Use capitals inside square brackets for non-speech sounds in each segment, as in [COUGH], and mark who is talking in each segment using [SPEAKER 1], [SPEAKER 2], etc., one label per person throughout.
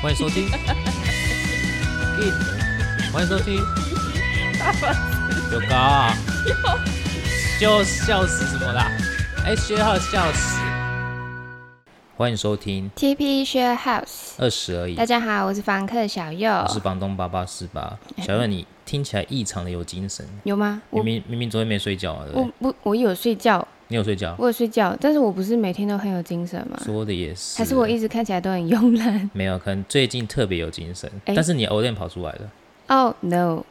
[SPEAKER 1] 欢迎收听。欢迎收 [LAUGHS] 听。有高啊！就笑死什么啦？哎，薛浩笑死。欢迎收听
[SPEAKER 2] TP Share House。
[SPEAKER 1] 二十而已
[SPEAKER 2] 大，家好，我是房客小右。
[SPEAKER 1] 我是房东八八四八。小月，你听起来异常的有精神，
[SPEAKER 2] 有吗？
[SPEAKER 1] 明
[SPEAKER 2] 我
[SPEAKER 1] 明明明昨天没睡觉啊，对不
[SPEAKER 2] 我
[SPEAKER 1] 对？
[SPEAKER 2] 不我有睡觉，
[SPEAKER 1] 你有睡觉？
[SPEAKER 2] 我有睡觉，但是我不是每天都很有精神吗？
[SPEAKER 1] 说的也是，
[SPEAKER 2] 还是我一直看起来都很慵懒
[SPEAKER 1] 没有，可能最近特别有精神，
[SPEAKER 2] 哎
[SPEAKER 1] 但是你偶然跑出来了，
[SPEAKER 2] ？Oh no,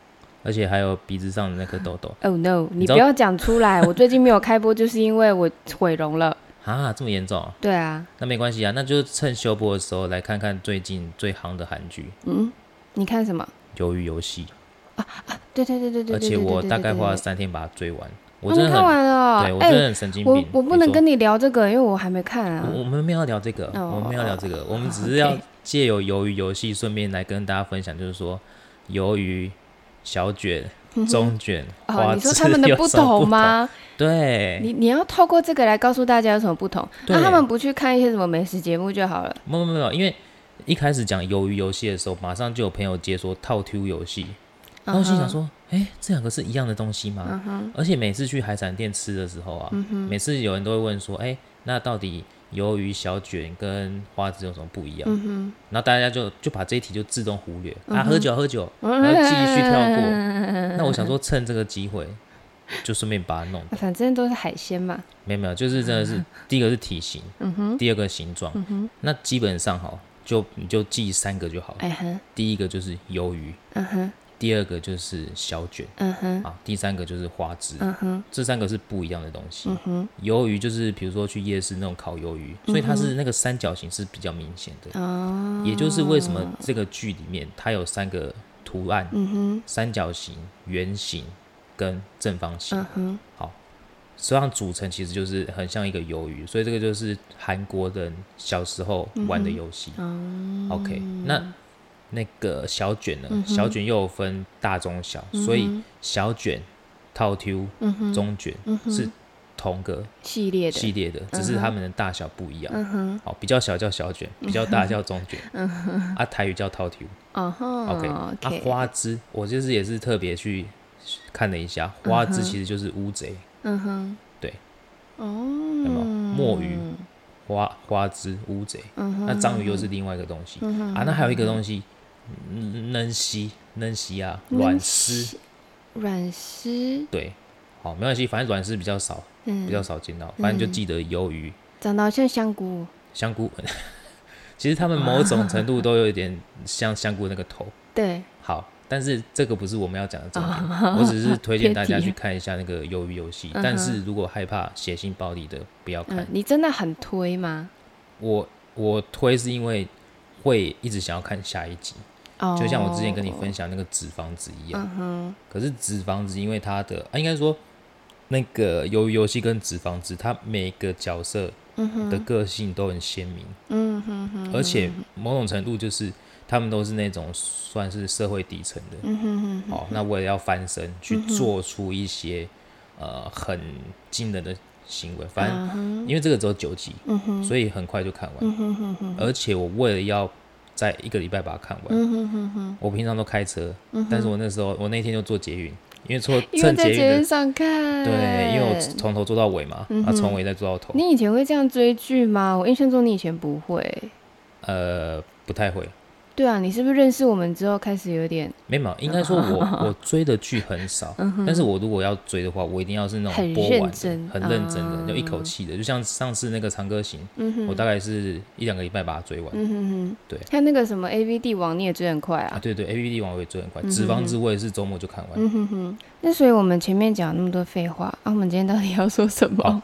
[SPEAKER 1] 而且还有鼻子上的那颗痘痘
[SPEAKER 2] oh no！
[SPEAKER 1] 你
[SPEAKER 2] 你
[SPEAKER 1] 知道
[SPEAKER 2] 不要讲
[SPEAKER 1] [LAUGHS]
[SPEAKER 2] 出来，我最近没有开播，就是因为我毁容了。
[SPEAKER 1] 啊，这么严重啊？
[SPEAKER 2] 对啊，
[SPEAKER 1] 那没关系啊，那就趁休播的时候来看看最近最夯的韩剧
[SPEAKER 2] 嗯，你看什么？
[SPEAKER 1] 《鱿鱼游戏
[SPEAKER 2] 对对对对》，对
[SPEAKER 1] 而
[SPEAKER 2] 对
[SPEAKER 1] 且
[SPEAKER 2] 对对对
[SPEAKER 1] 我
[SPEAKER 2] 对
[SPEAKER 1] 大概
[SPEAKER 2] 对
[SPEAKER 1] 花了
[SPEAKER 2] 对
[SPEAKER 1] 三天把它追完，我
[SPEAKER 2] 啊
[SPEAKER 1] 真
[SPEAKER 2] 你
[SPEAKER 1] 的
[SPEAKER 2] 看
[SPEAKER 1] 很，
[SPEAKER 2] 完了哦。
[SPEAKER 1] 对我
[SPEAKER 2] 哎
[SPEAKER 1] 真的很神经
[SPEAKER 2] 我
[SPEAKER 1] 病。
[SPEAKER 2] 我不能
[SPEAKER 1] 你说
[SPEAKER 2] 跟你聊这个，因为我还没看啊。
[SPEAKER 1] 我我们没有要聊这个，
[SPEAKER 2] 哦
[SPEAKER 1] 我们没有要聊这个，我们只是
[SPEAKER 2] OK
[SPEAKER 1] 要借由鱿鱼游戏，顺便来跟大家分享，就是说鱿鱼、小卷、中卷、
[SPEAKER 2] 哦，
[SPEAKER 1] 花
[SPEAKER 2] [LAUGHS] 你
[SPEAKER 1] 枝 [LAUGHS]
[SPEAKER 2] 说他们的
[SPEAKER 1] 有什么不
[SPEAKER 2] 同吗？
[SPEAKER 1] 对，
[SPEAKER 2] 你你要透过这个来告诉大家有什么不同，那、
[SPEAKER 1] 哎对
[SPEAKER 2] 他们不去看一些什么美食节目就好了。
[SPEAKER 1] 没有没有没有，因为一开始讲鱿鱼游戏的时候，马上就有朋友接说套 Q 游戏，然后我心想
[SPEAKER 2] 嗯
[SPEAKER 1] 说，哎、这两个是一样的东西吗？而且每次去海产店吃的时候
[SPEAKER 2] 嗯
[SPEAKER 1] 啊，每次有人都会问说，哎、那到底鱿鱼小卷跟花枝有什么不一样？
[SPEAKER 2] 嗯
[SPEAKER 1] 然后大家就就把这一题就自动忽略、啊，喝酒喝酒，
[SPEAKER 2] 嗯
[SPEAKER 1] 然后继续跳过。那我想说，趁这个机会，就顺便把它弄
[SPEAKER 2] 啊 [LAUGHS] 反正都是海鲜嘛，
[SPEAKER 1] 没有没有，就是真的
[SPEAKER 2] 嗯
[SPEAKER 1] 是第一个是体型，第二个形状，那基本上好，就你就记三个就好。
[SPEAKER 2] 哎哼，
[SPEAKER 1] 第一个就是鱿鱼，
[SPEAKER 2] 嗯哼，
[SPEAKER 1] 第二个就是小卷，
[SPEAKER 2] 嗯哼，
[SPEAKER 1] 啊，第三个就是花枝，
[SPEAKER 2] 嗯哼，嗯
[SPEAKER 1] 这三个是不一样的东西。鱿鱼就是比如说去夜市那种烤鱿鱼，所以它是那个三角形是比较明显的，
[SPEAKER 2] 哦，
[SPEAKER 1] 也就是为什么这个剧里面它有三个图案，
[SPEAKER 2] 嗯哼，
[SPEAKER 1] 三角形、圆形跟正方形。
[SPEAKER 2] 嗯哼，
[SPEAKER 1] 好，实际上组成其实就是很像一个鱿鱼，所以这个就是韩国人小时候玩的游戏。
[SPEAKER 2] 哦，
[SPEAKER 1] OK，那那个小卷
[SPEAKER 2] 嗯
[SPEAKER 1] 呢？小卷又有分大、中、小，所以小卷、套 Q、
[SPEAKER 2] 嗯哼，
[SPEAKER 1] 中卷是同个
[SPEAKER 2] 系列的，
[SPEAKER 1] 系列的，只是它们的大小不一样。
[SPEAKER 2] 嗯哼，
[SPEAKER 1] 好，比较小叫小卷，比较大叫中卷，啊，台语叫套 Q。
[SPEAKER 2] 哦哈
[SPEAKER 1] OK，啊，
[SPEAKER 2] ，OK，
[SPEAKER 1] 花枝，我就是也是特别去看了一下，花枝其实就是乌贼。
[SPEAKER 2] 嗯哼，
[SPEAKER 1] 对，
[SPEAKER 2] 哦，
[SPEAKER 1] 有没有墨鱼、花花枝、乌贼，
[SPEAKER 2] 嗯
[SPEAKER 1] 那章鱼又是另外一个东西啊。那还有一个东西，嗯嫩蜥、嫩蜥啊，卵丝，
[SPEAKER 2] 软丝，
[SPEAKER 1] 对，好，没关系，反正卵丝比较少，比
[SPEAKER 2] 嗯，
[SPEAKER 1] 较少见到，反正就记得鱿鱼、
[SPEAKER 2] 长得好像香菇，
[SPEAKER 1] 香菇。 [LAUGHS] 其实它们某种程度都有一点像香菇那个头，
[SPEAKER 2] 对，
[SPEAKER 1] 好，但是这个不是我们要讲的重点，我只
[SPEAKER 2] [LAUGHS]
[SPEAKER 1] 是推荐大家
[SPEAKER 2] 偏啊题
[SPEAKER 1] 去看一下那个鱿鱼游戏。但是如果害怕血腥暴力的，不要看
[SPEAKER 2] 嗯，。你真的很推吗？
[SPEAKER 1] 我我推是因为会一直想要看下一集，
[SPEAKER 2] 哦，
[SPEAKER 1] 就像我之前跟你分享那个脂肪子一样。
[SPEAKER 2] 嗯哼，
[SPEAKER 1] 可是脂肪子因为它的啊，应该说那个由于游戏跟脂肪子，它每个角色的个性都很鲜明，
[SPEAKER 2] 嗯哼哼，
[SPEAKER 1] 而且某种程度就是他们都是那种算是社会底层的。
[SPEAKER 2] 嗯哼哼，
[SPEAKER 1] 哦，那为了要翻身，去做出一些、呃很惊人的行为，反正、
[SPEAKER 2] 嗯哼，
[SPEAKER 1] 因为这个只有九集，
[SPEAKER 2] 嗯哼，
[SPEAKER 1] 所以很快就看完。
[SPEAKER 2] 嗯哼哼哼，
[SPEAKER 1] 而且我为了要在一个礼拜把它看完，
[SPEAKER 2] 嗯哼哼哼。
[SPEAKER 1] 我平常都开车，但是我那时候我那天就坐捷运，因为坐
[SPEAKER 2] 因为
[SPEAKER 1] 趁
[SPEAKER 2] 在
[SPEAKER 1] 捷
[SPEAKER 2] 节
[SPEAKER 1] 运
[SPEAKER 2] 目
[SPEAKER 1] 的
[SPEAKER 2] 上看，
[SPEAKER 1] 对，因为我从头坐到尾嘛，然后从尾再坐到头，
[SPEAKER 2] 嗯你以前会这样追剧吗？我印象中你以前不会。
[SPEAKER 1] 呃，不太会。
[SPEAKER 2] 对啊，你是不是认识我们之后开始有点
[SPEAKER 1] 没
[SPEAKER 2] [LAUGHS]
[SPEAKER 1] 有，应该说我我追的剧很少，但是我如果要追的话，我一定要是那种
[SPEAKER 2] 嗯很
[SPEAKER 1] 播完
[SPEAKER 2] 认
[SPEAKER 1] 的
[SPEAKER 2] 真
[SPEAKER 1] 很认真的，
[SPEAKER 2] 啊
[SPEAKER 1] 就一口气的，就像上次那个《长歌行》，我大概是一两个礼拜把它追完
[SPEAKER 2] 嗯哼哼？
[SPEAKER 1] 对
[SPEAKER 2] 像那个什么 A V 帝王，你也追很快
[SPEAKER 1] 啊。
[SPEAKER 2] 啊。
[SPEAKER 1] 对对，A P D 王我也追很快，《脂肪之味》是周末就看完。
[SPEAKER 2] 嗯哼哼。那所以我们前面讲那么多废话，啊，我们今天到底要说什么？
[SPEAKER 1] 哦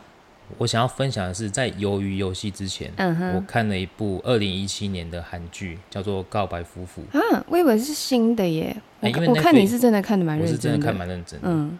[SPEAKER 1] 我想要分享的是，在《鱿鱼游戏》之前，
[SPEAKER 2] 嗯
[SPEAKER 1] 我
[SPEAKER 2] 哼。
[SPEAKER 1] 看了一部二零一七年的韩剧，叫做《告白夫妇》，
[SPEAKER 2] 啊，我以为是新的耶。我
[SPEAKER 1] 哎因为
[SPEAKER 2] 我看
[SPEAKER 1] Netflix-
[SPEAKER 2] 你是真的看的蛮
[SPEAKER 1] 我
[SPEAKER 2] 认
[SPEAKER 1] 是
[SPEAKER 2] 真
[SPEAKER 1] 真的看蛮认真的。
[SPEAKER 2] 嗯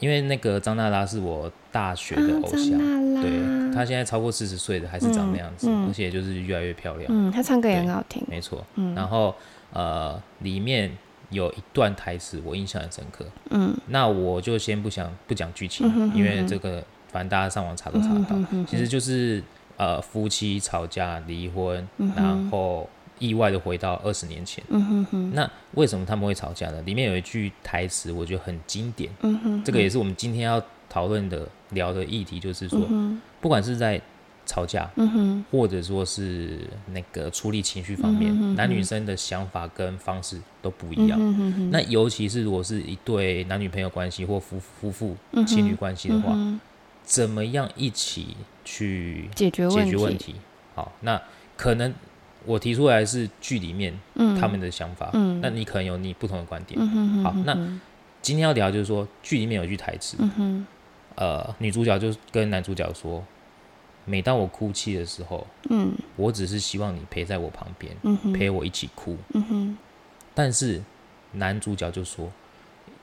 [SPEAKER 1] 因为那个张娜拉是我大学的
[SPEAKER 2] 啊
[SPEAKER 1] 偶
[SPEAKER 2] 张
[SPEAKER 1] 像，
[SPEAKER 2] 娜拉
[SPEAKER 1] 对她现在超过四十岁了，还是长那样子，
[SPEAKER 2] 嗯嗯
[SPEAKER 1] 而且就是越来越漂亮。
[SPEAKER 2] 嗯，他唱歌也很好听。
[SPEAKER 1] 没错。
[SPEAKER 2] 嗯
[SPEAKER 1] 然后呃，里面有一段台词我印象很深刻，
[SPEAKER 2] 嗯
[SPEAKER 1] 那我就先不想不讲剧情，
[SPEAKER 2] 嗯哼哼嗯
[SPEAKER 1] 因为这个反正大家上网查都查得到，
[SPEAKER 2] 嗯哼哼哼
[SPEAKER 1] 其实就是呃夫妻吵架离婚，
[SPEAKER 2] 嗯哼
[SPEAKER 1] 然后意外的回到二十年前。
[SPEAKER 2] 嗯哼哼，
[SPEAKER 1] 那为什么他们会吵架呢？里面有一句台词，我觉得很经典，
[SPEAKER 2] 嗯哼，
[SPEAKER 1] 这个也是我们今天要讨论的聊的议题，就是说
[SPEAKER 2] 嗯，哼，
[SPEAKER 1] 不管是在吵架，
[SPEAKER 2] 嗯哼，
[SPEAKER 1] 或者说是那个处理情绪方面，
[SPEAKER 2] 嗯哼嗯哼
[SPEAKER 1] 男女生的想法跟方式都不一
[SPEAKER 2] 嗯
[SPEAKER 1] 样。
[SPEAKER 2] 哼哼哼，
[SPEAKER 1] 那尤其是如果是一对男女朋友关系或夫夫妇
[SPEAKER 2] 嗯哼
[SPEAKER 1] 情侣关系的
[SPEAKER 2] 嗯
[SPEAKER 1] 话，
[SPEAKER 2] 哼
[SPEAKER 1] 怎么样一起去
[SPEAKER 2] 解决
[SPEAKER 1] 解
[SPEAKER 2] 问
[SPEAKER 1] 决问
[SPEAKER 2] 题，
[SPEAKER 1] 题？好，那可能我提出来是剧里面
[SPEAKER 2] 嗯，
[SPEAKER 1] 他们的想法，
[SPEAKER 2] 嗯
[SPEAKER 1] 那你可能有你不同的观点。
[SPEAKER 2] 嗯哼哼，
[SPEAKER 1] 好
[SPEAKER 2] 哼
[SPEAKER 1] 那
[SPEAKER 2] 哼
[SPEAKER 1] 今天要聊就是说，剧里面有一句台词，
[SPEAKER 2] 嗯哼，
[SPEAKER 1] 呃，女主角就跟男主角说：“每当我哭泣的时候，
[SPEAKER 2] 嗯
[SPEAKER 1] 我只是希望你陪在我旁边，
[SPEAKER 2] 嗯哼，
[SPEAKER 1] 陪我一起哭。
[SPEAKER 2] 嗯哼，
[SPEAKER 1] 但是男主角就说：“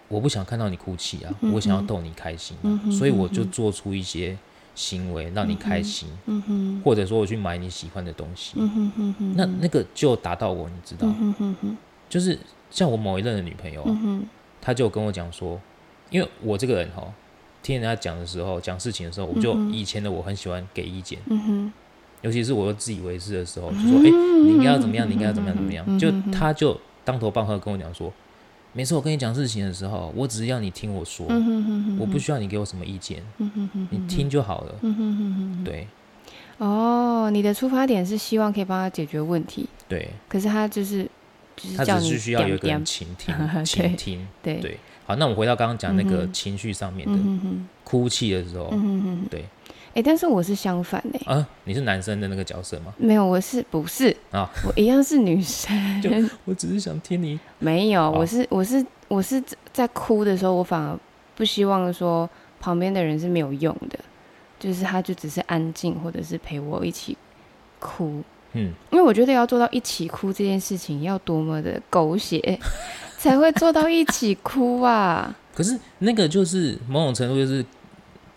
[SPEAKER 1] 我不想看到你哭泣啊，
[SPEAKER 2] 嗯哼
[SPEAKER 1] 我想要逗你开心、啊，
[SPEAKER 2] 嗯哼
[SPEAKER 1] 所以我就
[SPEAKER 2] 嗯哼
[SPEAKER 1] 做出一些行为让你开心，
[SPEAKER 2] 嗯哼，
[SPEAKER 1] 或者说我去买你喜欢的东西。
[SPEAKER 2] 嗯哼哼哼，
[SPEAKER 1] 那那个就打到我，你知道，
[SPEAKER 2] 嗯哼哼哼，
[SPEAKER 1] 就是像我某一任的女朋友啊、
[SPEAKER 2] 嗯哼，
[SPEAKER 1] 她就跟我讲说，因为我这个人哈，听人家讲的时候，讲事情的时候，我就
[SPEAKER 2] 嗯哼
[SPEAKER 1] 以前的我很喜欢给意见，
[SPEAKER 2] 嗯哼，
[SPEAKER 1] 尤其是我又自以为是的时候，就说：“哎、你应该要怎
[SPEAKER 2] 嗯
[SPEAKER 1] 么样，你应该要怎么样，怎么样。”就他就当头棒喝地跟我讲说：“每次我跟你讲事情的时候，我只是要你听我说，
[SPEAKER 2] 嗯哼哼哼，
[SPEAKER 1] 我不需要你给我什么意见，
[SPEAKER 2] 嗯哼哼，
[SPEAKER 1] 你听就好了。
[SPEAKER 2] 嗯哼哼哼，
[SPEAKER 1] 对
[SPEAKER 2] 哦，你的出发点是希望可以帮他解决问题，
[SPEAKER 1] 对，
[SPEAKER 2] 可是他就是就是
[SPEAKER 1] 他
[SPEAKER 2] 叫
[SPEAKER 1] 只
[SPEAKER 2] 你
[SPEAKER 1] 是需要有一个
[SPEAKER 2] 点
[SPEAKER 1] 人
[SPEAKER 2] 点，
[SPEAKER 1] 倾听倾听。
[SPEAKER 2] [LAUGHS] 对
[SPEAKER 1] 对，好，那我们回到刚刚讲那个
[SPEAKER 2] 嗯哼
[SPEAKER 1] 情绪上面
[SPEAKER 2] 嗯
[SPEAKER 1] 的
[SPEAKER 2] 哼哼，
[SPEAKER 1] 哭泣的时候
[SPEAKER 2] 嗯哼哼，
[SPEAKER 1] 对，
[SPEAKER 2] 哎，但是我是相反哎，
[SPEAKER 1] 啊，你是男生的那个角色吗？
[SPEAKER 2] 没有，我是不是
[SPEAKER 1] 啊？
[SPEAKER 2] 我一样是女生，
[SPEAKER 1] 就我只是想听你，
[SPEAKER 2] [LAUGHS] 没有，
[SPEAKER 1] 哦
[SPEAKER 2] 我是我是我是在哭的时候，我反而不希望说旁边的人是没有用的，就是他就只是安静，或者是陪我一起哭，
[SPEAKER 1] 嗯，
[SPEAKER 2] 因为我觉得要做到一起哭这件事情，要多么的狗血 [LAUGHS] 才会做到一起哭啊！
[SPEAKER 1] 可是那个就是某种程度就是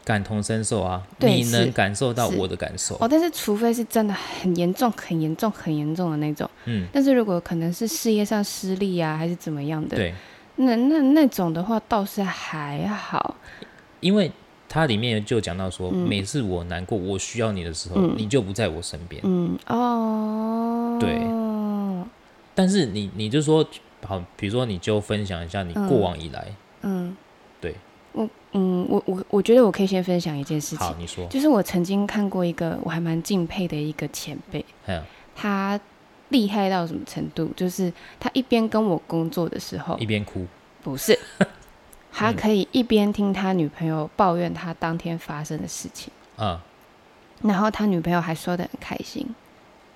[SPEAKER 1] 感同身受啊，
[SPEAKER 2] 对
[SPEAKER 1] 你
[SPEAKER 2] 是
[SPEAKER 1] 能感受到
[SPEAKER 2] 是
[SPEAKER 1] 我的感受。
[SPEAKER 2] 哦，但是除非是真的很严重、很严重、很严重的那种，
[SPEAKER 1] 嗯，
[SPEAKER 2] 但是如果可能是事业上失利啊，还是怎么样的，
[SPEAKER 1] 对，
[SPEAKER 2] 那那那种的话倒是还好。
[SPEAKER 1] 因为它里面就讲到说，
[SPEAKER 2] 嗯
[SPEAKER 1] 每次我难过、我需要你的时候，
[SPEAKER 2] 嗯
[SPEAKER 1] 你就不在我身边。
[SPEAKER 2] 嗯，哦，
[SPEAKER 1] 对但是你你就说，好，比如说你就分享一下你过往以来，
[SPEAKER 2] 嗯，
[SPEAKER 1] 对，
[SPEAKER 2] 我嗯，我我我觉得我可以先分享一件事
[SPEAKER 1] 好，
[SPEAKER 2] 情，
[SPEAKER 1] 你说，
[SPEAKER 2] 就是我曾经看过一个我还蛮敬佩的一个前辈，
[SPEAKER 1] 嗯，
[SPEAKER 2] 他厉害到什么程度？就是他一边跟我工作的时候
[SPEAKER 1] 一，边哭，
[SPEAKER 2] 不是，
[SPEAKER 1] [LAUGHS]
[SPEAKER 2] 他可以一边听他女朋友抱怨他当天发生的事情，
[SPEAKER 1] 啊、
[SPEAKER 2] 然后他女朋友还说的很开心，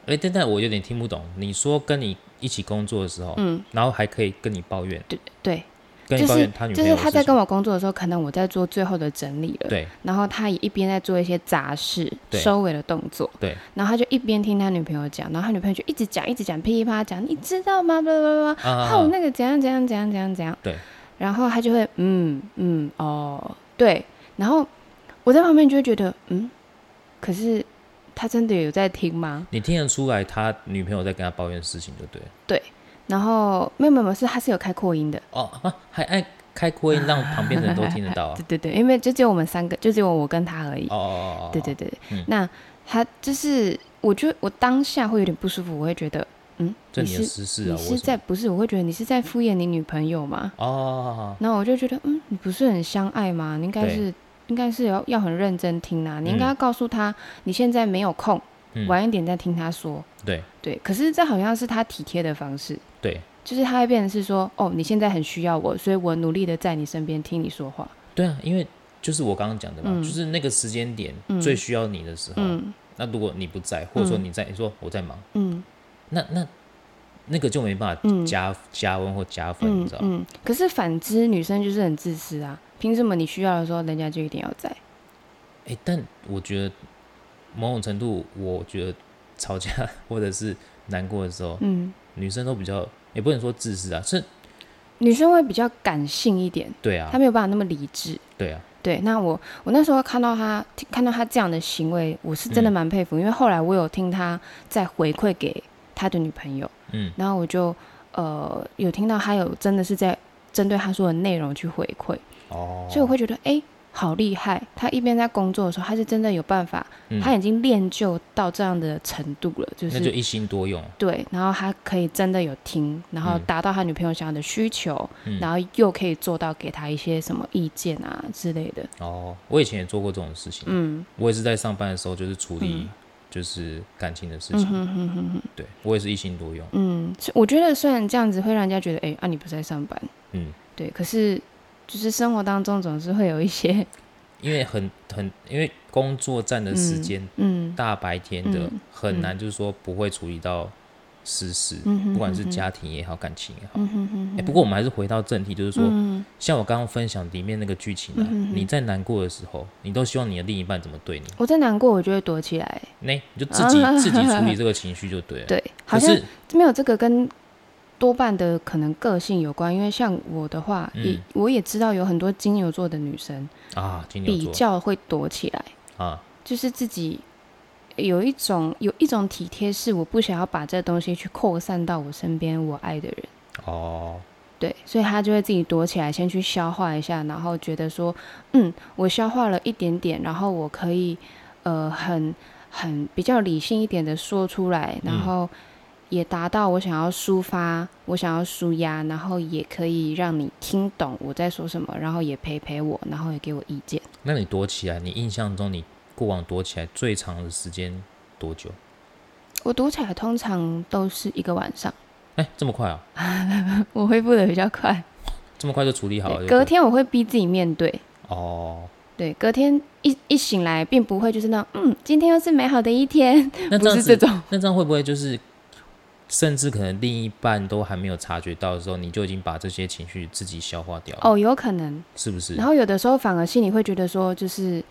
[SPEAKER 1] 嗯，哎，但但我有点听不懂，你说跟你一起工作的时候，
[SPEAKER 2] 嗯，
[SPEAKER 1] 然后还可以跟你抱怨，
[SPEAKER 2] 对，
[SPEAKER 1] 哦跟你
[SPEAKER 2] 就
[SPEAKER 1] 抱
[SPEAKER 2] 是
[SPEAKER 1] 怨他女
[SPEAKER 2] 就
[SPEAKER 1] 朋
[SPEAKER 2] 是
[SPEAKER 1] 友的
[SPEAKER 2] 他
[SPEAKER 1] 事
[SPEAKER 2] 在
[SPEAKER 1] 情，
[SPEAKER 2] 跟我工作的时候，可能我在做最后的整理了，
[SPEAKER 1] 对，
[SPEAKER 2] 然后他也一边在做一些杂事、
[SPEAKER 1] 对
[SPEAKER 2] 收尾的动作，
[SPEAKER 1] 对，
[SPEAKER 2] 然后他就一边听他女朋友讲，然后他女朋友就一直讲、一直讲、噼里啪啦讲，你知道吗？叭叭叭
[SPEAKER 1] 啊
[SPEAKER 2] 叭，
[SPEAKER 1] 啊
[SPEAKER 2] 还有
[SPEAKER 1] 啊，
[SPEAKER 2] 哦那个怎样怎样怎样怎样怎样，
[SPEAKER 1] 对，
[SPEAKER 2] 然后他就会嗯嗯哦对，然后我在旁边就会觉得嗯，可是他真的有在听吗？
[SPEAKER 1] 你听得出来他女朋友在跟他抱怨事情就
[SPEAKER 2] [LAUGHS]
[SPEAKER 1] 对了。
[SPEAKER 2] 然后没有没有没有，是他是有开扩音的，
[SPEAKER 1] 哦啊，还爱开扩音，让旁边的人都听得到啊。
[SPEAKER 2] [LAUGHS] 对对对，因为就只有我们三个，就只有我跟他而已，
[SPEAKER 1] 哦哦哦，
[SPEAKER 2] 对对对，对
[SPEAKER 1] 嗯
[SPEAKER 2] 那他就是，我觉得我当下会有点不舒服，我会觉得，嗯，
[SPEAKER 1] 这你的
[SPEAKER 2] 是
[SPEAKER 1] 私事啊，
[SPEAKER 2] 你
[SPEAKER 1] 我
[SPEAKER 2] 是
[SPEAKER 1] 为什
[SPEAKER 2] 在
[SPEAKER 1] 么
[SPEAKER 2] 不是？我会觉得你是在敷衍你女朋友吗？
[SPEAKER 1] 哦，
[SPEAKER 2] 然后我就觉得，嗯，你不是很相爱吗？你应该
[SPEAKER 1] 对
[SPEAKER 2] 是应该是要要很认真听啊，你应该
[SPEAKER 1] 嗯
[SPEAKER 2] 要告诉他你现在没有空，
[SPEAKER 1] 嗯
[SPEAKER 2] 晚一点再听他说。
[SPEAKER 1] 对
[SPEAKER 2] 对，可是这好像是他体贴的方式，
[SPEAKER 1] 对
[SPEAKER 2] 就是他会变成是说，哦，你现在很需要我，所以我努力的在你身边听你说话。
[SPEAKER 1] 对啊，因为就是我刚刚讲的嘛，
[SPEAKER 2] 嗯
[SPEAKER 1] 就是那个时间点
[SPEAKER 2] 嗯
[SPEAKER 1] 最需要你的时候，
[SPEAKER 2] 嗯
[SPEAKER 1] 那如果你不在，或者说你在，你说我在忙，
[SPEAKER 2] 嗯
[SPEAKER 1] 那那那个就没办法
[SPEAKER 2] 嗯
[SPEAKER 1] 加加温或加分，你
[SPEAKER 2] 嗯
[SPEAKER 1] 知道吗？
[SPEAKER 2] 嗯。可是反之，女生就是很自私啊，凭什么你需要的时候，人家就一定要在？
[SPEAKER 1] 哎，但我觉得某种程度，我觉得吵架 [LAUGHS] 或者是难过的时候，
[SPEAKER 2] 嗯，
[SPEAKER 1] 女生都比较也不能说自私啊，是
[SPEAKER 2] 女生会比较感性一点，
[SPEAKER 1] 对啊
[SPEAKER 2] 她，没有办法那么理智。
[SPEAKER 1] 对啊，
[SPEAKER 2] 对，那我我那时候看到她看到她这样的行为，我是真的
[SPEAKER 1] 嗯
[SPEAKER 2] 蛮佩服，因为后来我有听她在回馈给她的女朋友，
[SPEAKER 1] 嗯
[SPEAKER 2] 然后我就呃有听到她有真的是在针对她说的内容去回馈，
[SPEAKER 1] 哦，
[SPEAKER 2] 所以我会觉得，哎、好厉害！他一边在工作的时候，他是真的有办法，
[SPEAKER 1] 嗯
[SPEAKER 2] 他已经练就到这样的程度了，就
[SPEAKER 1] 那就是一心多用，
[SPEAKER 2] 对，然后他可以真的有听，然后
[SPEAKER 1] 嗯
[SPEAKER 2] 达到他女朋友想要的需求，
[SPEAKER 1] 嗯
[SPEAKER 2] 然后又可以做到给他一些什么意见啊之类的。
[SPEAKER 1] 哦，我以前也做过这种事情，
[SPEAKER 2] 嗯
[SPEAKER 1] 我也是在上班的时候就是处理
[SPEAKER 2] 嗯
[SPEAKER 1] 就是感情的事
[SPEAKER 2] 嗯
[SPEAKER 1] 情，
[SPEAKER 2] 哼哼哼哼，
[SPEAKER 1] 对我也是一心多用，
[SPEAKER 2] 嗯，是我觉得虽然这样子会让人家觉得，哎、啊你不是在上班，
[SPEAKER 1] 嗯，
[SPEAKER 2] 对，可是就是生活当中总是会有一
[SPEAKER 1] [LAUGHS]
[SPEAKER 2] 些，
[SPEAKER 1] 因为很很因为工作占的时间、
[SPEAKER 2] 嗯
[SPEAKER 1] 大白天的、
[SPEAKER 2] 嗯
[SPEAKER 1] 很难，
[SPEAKER 2] 嗯
[SPEAKER 1] 就是说不会处理到私事，
[SPEAKER 2] 嗯哼，
[SPEAKER 1] 不管是
[SPEAKER 2] 嗯哼，
[SPEAKER 1] 家庭也好，感情也好。
[SPEAKER 2] 嗯哼哼
[SPEAKER 1] 哎、
[SPEAKER 2] 哼，
[SPEAKER 1] 不过我们还是回到正题，就是说，
[SPEAKER 2] 嗯
[SPEAKER 1] 像我刚刚分享里面那个剧情啊，
[SPEAKER 2] 嗯哼哼
[SPEAKER 1] 你在难过的时候，你都希望你的另一半怎么对你，
[SPEAKER 2] 我在难过，我就会躲起来。
[SPEAKER 1] 那你就自己、
[SPEAKER 2] 啊
[SPEAKER 1] 自己处理这个情绪就对了。
[SPEAKER 2] [LAUGHS] 对，好
[SPEAKER 1] 可
[SPEAKER 2] 像
[SPEAKER 1] 是，
[SPEAKER 2] 没有这个跟多半的可能个性有关，因为像我的话，
[SPEAKER 1] 嗯
[SPEAKER 2] 也我也知道有很多金牛座的女生
[SPEAKER 1] 啊，金
[SPEAKER 2] 比
[SPEAKER 1] 牛座
[SPEAKER 2] 较会躲起来，
[SPEAKER 1] 啊，
[SPEAKER 2] 就是自己有一种有一种体贴，是我不想要把这东西去扩散到我身边我爱的人。
[SPEAKER 1] 哦，
[SPEAKER 2] 对，所以他就会自己躲起来，先去消化一下，然后觉得说，嗯，我消化了一点点，然后我可以，呃，很很比较理性一点的说出来，然
[SPEAKER 1] 嗯
[SPEAKER 2] 后也达到我想要抒发，我想要舒压，然后也可以让你听懂我在说什么，然后也陪陪我，然后也给我意见。
[SPEAKER 1] 那你躲起来，你印象中你过往躲起来最长的时间多久？
[SPEAKER 2] 我躲起来通常都是一个晚上，
[SPEAKER 1] 哎、这么快啊，
[SPEAKER 2] 我恢复的比较快，
[SPEAKER 1] 这么快就处理好了
[SPEAKER 2] 对
[SPEAKER 1] 就对
[SPEAKER 2] 隔
[SPEAKER 1] 了？
[SPEAKER 2] 天我会逼自己面对。
[SPEAKER 1] 哦，
[SPEAKER 2] 对，隔天一一醒来，并不会就是那种，嗯，今天又是美好的一天，
[SPEAKER 1] 那
[SPEAKER 2] 不
[SPEAKER 1] 这样
[SPEAKER 2] 是这
[SPEAKER 1] 子，
[SPEAKER 2] 种。
[SPEAKER 1] 那这样会不会就是，甚至可能另一半都还没有察觉到的时候，你就已经把这些情绪自己消化掉了？
[SPEAKER 2] 哦，有可能。
[SPEAKER 1] 是不是？
[SPEAKER 2] 然后有的时候反而心里会觉得说，就是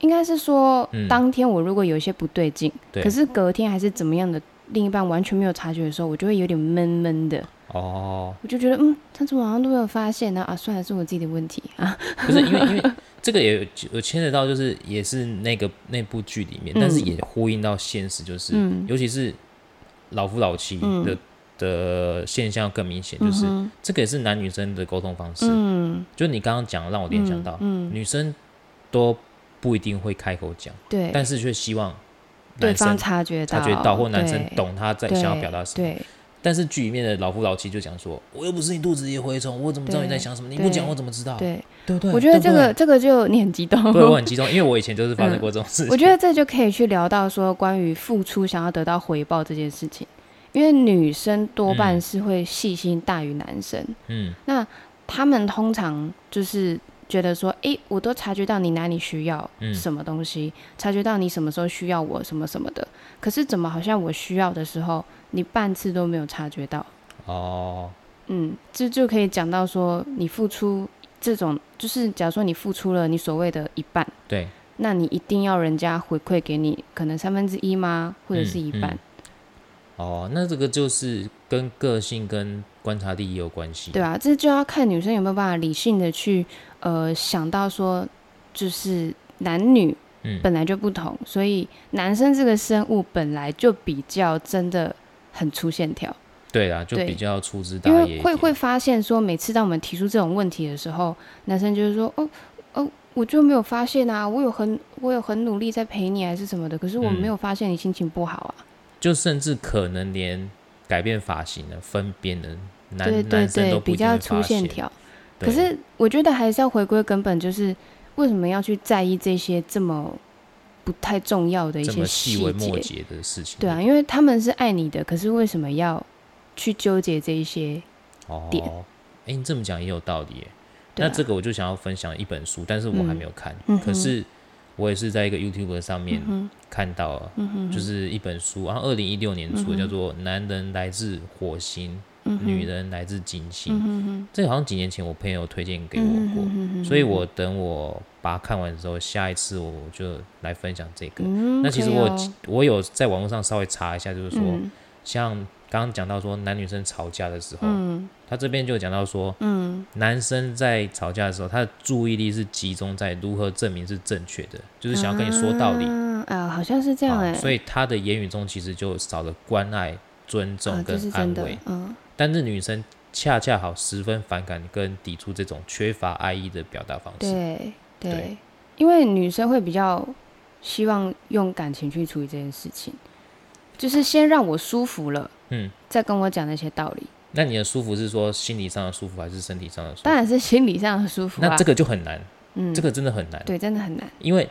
[SPEAKER 2] 应该是说，
[SPEAKER 1] 嗯
[SPEAKER 2] 当天我如果有一些不对劲，
[SPEAKER 1] 对
[SPEAKER 2] 可是隔天还是怎么样的，另一半完全没有察觉的时候，我就会有点闷闷的，
[SPEAKER 1] 哦，
[SPEAKER 2] 我就觉得嗯，他怎么好像都没有发现呢？啊，算了，是我自己的问题 [LAUGHS] 啊。
[SPEAKER 1] 不是因为因为这个也有有牵扯到，就是也是那个那部剧里面，但是
[SPEAKER 2] 嗯
[SPEAKER 1] 也呼应到现实，就是、
[SPEAKER 2] 嗯
[SPEAKER 1] 尤其是老夫老妻
[SPEAKER 2] 嗯
[SPEAKER 1] 的、的现象更明显，就是、
[SPEAKER 2] 嗯
[SPEAKER 1] 这个也是男女生的沟通方式。
[SPEAKER 2] 哼嗯，
[SPEAKER 1] 就你刚刚讲，让我联想到、
[SPEAKER 2] 嗯，嗯
[SPEAKER 1] 女生都不一定会开口讲，
[SPEAKER 2] 对，
[SPEAKER 1] 但是却希望
[SPEAKER 2] 对
[SPEAKER 1] 男
[SPEAKER 2] 方
[SPEAKER 1] 生
[SPEAKER 2] 察觉到，
[SPEAKER 1] 察觉到或男生
[SPEAKER 2] 对，
[SPEAKER 1] 懂他在
[SPEAKER 2] 对
[SPEAKER 1] 想要表达什么。
[SPEAKER 2] 对，
[SPEAKER 1] 但是剧里面的老夫老妻就讲说：“我又不是你肚子里的蛔虫，我怎么知道你在
[SPEAKER 2] 对
[SPEAKER 1] 想什么？你不讲
[SPEAKER 2] 对
[SPEAKER 1] 我怎么知道？”
[SPEAKER 2] 对，
[SPEAKER 1] 对不对？
[SPEAKER 2] 我觉得
[SPEAKER 1] 对
[SPEAKER 2] 这
[SPEAKER 1] 不
[SPEAKER 2] 个这个就你很激动，
[SPEAKER 1] 对我很激动，因为我以前就是发生过这种事情。
[SPEAKER 2] 我觉得这就可以去聊到说关于付出想要得到回报这件事情，因为女生多半
[SPEAKER 1] 嗯
[SPEAKER 2] 是会细心大于男生，
[SPEAKER 1] 嗯
[SPEAKER 2] 他们通常就是觉得说，诶，我都察觉到你哪里需要
[SPEAKER 1] 嗯
[SPEAKER 2] 什么东西，察觉到你什么时候需要我什么什么的，可是怎么好像我需要的时候，你半次都没有察觉到，
[SPEAKER 1] 哦，
[SPEAKER 2] 嗯，这就可以讲到说你付出这种，就是假如说你付出了你所谓的一半。
[SPEAKER 1] 对，
[SPEAKER 2] 那你一定要人家回馈给你，可能三分之一吗？或者是一半？
[SPEAKER 1] 嗯哦，那这个就是跟个性跟观察力也有关系。
[SPEAKER 2] 对啊，这就要看女生有没有办法理性的去呃想到说，就是男女
[SPEAKER 1] 嗯，
[SPEAKER 2] 本来就不同，所以男生这个生物本来就比较真的很粗线条，
[SPEAKER 1] 对啊，就
[SPEAKER 2] 对
[SPEAKER 1] 比较粗枝大
[SPEAKER 2] 因
[SPEAKER 1] 叶一
[SPEAKER 2] 为
[SPEAKER 1] 点。
[SPEAKER 2] 会会发现说，每次当我们提出这种问题的时候，男生就是说哦。哦，我就没有发现啊，我有很我有很努力在陪你啊还是什么的，可是我
[SPEAKER 1] 嗯
[SPEAKER 2] 没有发现你心情不好啊。
[SPEAKER 1] 就甚至可能连改变发型的分辨的男
[SPEAKER 2] 对对
[SPEAKER 1] 男生
[SPEAKER 2] 对
[SPEAKER 1] 都，不
[SPEAKER 2] 比
[SPEAKER 1] 一定
[SPEAKER 2] 较
[SPEAKER 1] 会
[SPEAKER 2] 粗
[SPEAKER 1] 发
[SPEAKER 2] 线
[SPEAKER 1] 现。
[SPEAKER 2] 条。
[SPEAKER 1] 对
[SPEAKER 2] 可是我觉得还是要回归根本，就是为什么要去在意这些这么不太重要的一
[SPEAKER 1] 这
[SPEAKER 2] 些
[SPEAKER 1] 么细
[SPEAKER 2] 细
[SPEAKER 1] 微末
[SPEAKER 2] 节？
[SPEAKER 1] 节嗯的事情。
[SPEAKER 2] 对啊，，因为他们是爱你的，可是为什么要去纠结这一些？点
[SPEAKER 1] 哦，哎，你这么讲也有道理耶。
[SPEAKER 2] 对啊
[SPEAKER 1] 那这个我就想要分享一本书，但是我还没有看
[SPEAKER 2] 嗯，
[SPEAKER 1] 可
[SPEAKER 2] 哼
[SPEAKER 1] 是我也是在一个 YouTube 上面
[SPEAKER 2] 嗯
[SPEAKER 1] 看到了。
[SPEAKER 2] 嗯哼，
[SPEAKER 1] 就是一本书，然后二零一六年出
[SPEAKER 2] 嗯
[SPEAKER 1] 的，
[SPEAKER 2] 哼
[SPEAKER 1] 叫做《男人来自火星，
[SPEAKER 2] 嗯哼
[SPEAKER 1] 女，人来自金星
[SPEAKER 2] 嗯》。哼哼，
[SPEAKER 1] 这个好像几年前我朋友推荐给
[SPEAKER 2] 嗯
[SPEAKER 1] 我
[SPEAKER 2] 哼
[SPEAKER 1] 过，
[SPEAKER 2] 哼哼
[SPEAKER 1] 所以我等我把它看完之后，下一次我就来分享这个。
[SPEAKER 2] 嗯，
[SPEAKER 1] 那其实
[SPEAKER 2] 可以
[SPEAKER 1] 我
[SPEAKER 2] 哦
[SPEAKER 1] 我有在网络上稍微查一下，就是说，
[SPEAKER 2] 嗯
[SPEAKER 1] 像刚刚讲到说男女生吵架的时候，
[SPEAKER 2] 嗯
[SPEAKER 1] 他这边就有讲到说，
[SPEAKER 2] 嗯
[SPEAKER 1] 男生在吵架的时候，他的注意力是集中在如何证明是正确的，就是想要跟你说道理。
[SPEAKER 2] 啊，啊好像是这样
[SPEAKER 1] 啊
[SPEAKER 2] 哎，
[SPEAKER 1] 所以他的言语中其实就少了关爱、尊
[SPEAKER 2] 啊
[SPEAKER 1] 重
[SPEAKER 2] 这是
[SPEAKER 1] 跟安
[SPEAKER 2] 真的
[SPEAKER 1] 慰。，
[SPEAKER 2] 嗯
[SPEAKER 1] 但是女生恰恰好十分反感跟抵触这种缺乏爱意的表达方式。
[SPEAKER 2] 对，对，
[SPEAKER 1] 对
[SPEAKER 2] 因为女生会比较希望用感情去处理这件事情，就是先让我舒服了，
[SPEAKER 1] 嗯，
[SPEAKER 2] 再跟我讲那些道理。
[SPEAKER 1] 那你的舒服是说心理上的舒服还是身体上的舒服？
[SPEAKER 2] 当然是心理上的舒服啊。
[SPEAKER 1] 那这个就很难，
[SPEAKER 2] 嗯，
[SPEAKER 1] 这个真的很难，
[SPEAKER 2] 对，真的很难。
[SPEAKER 1] 因为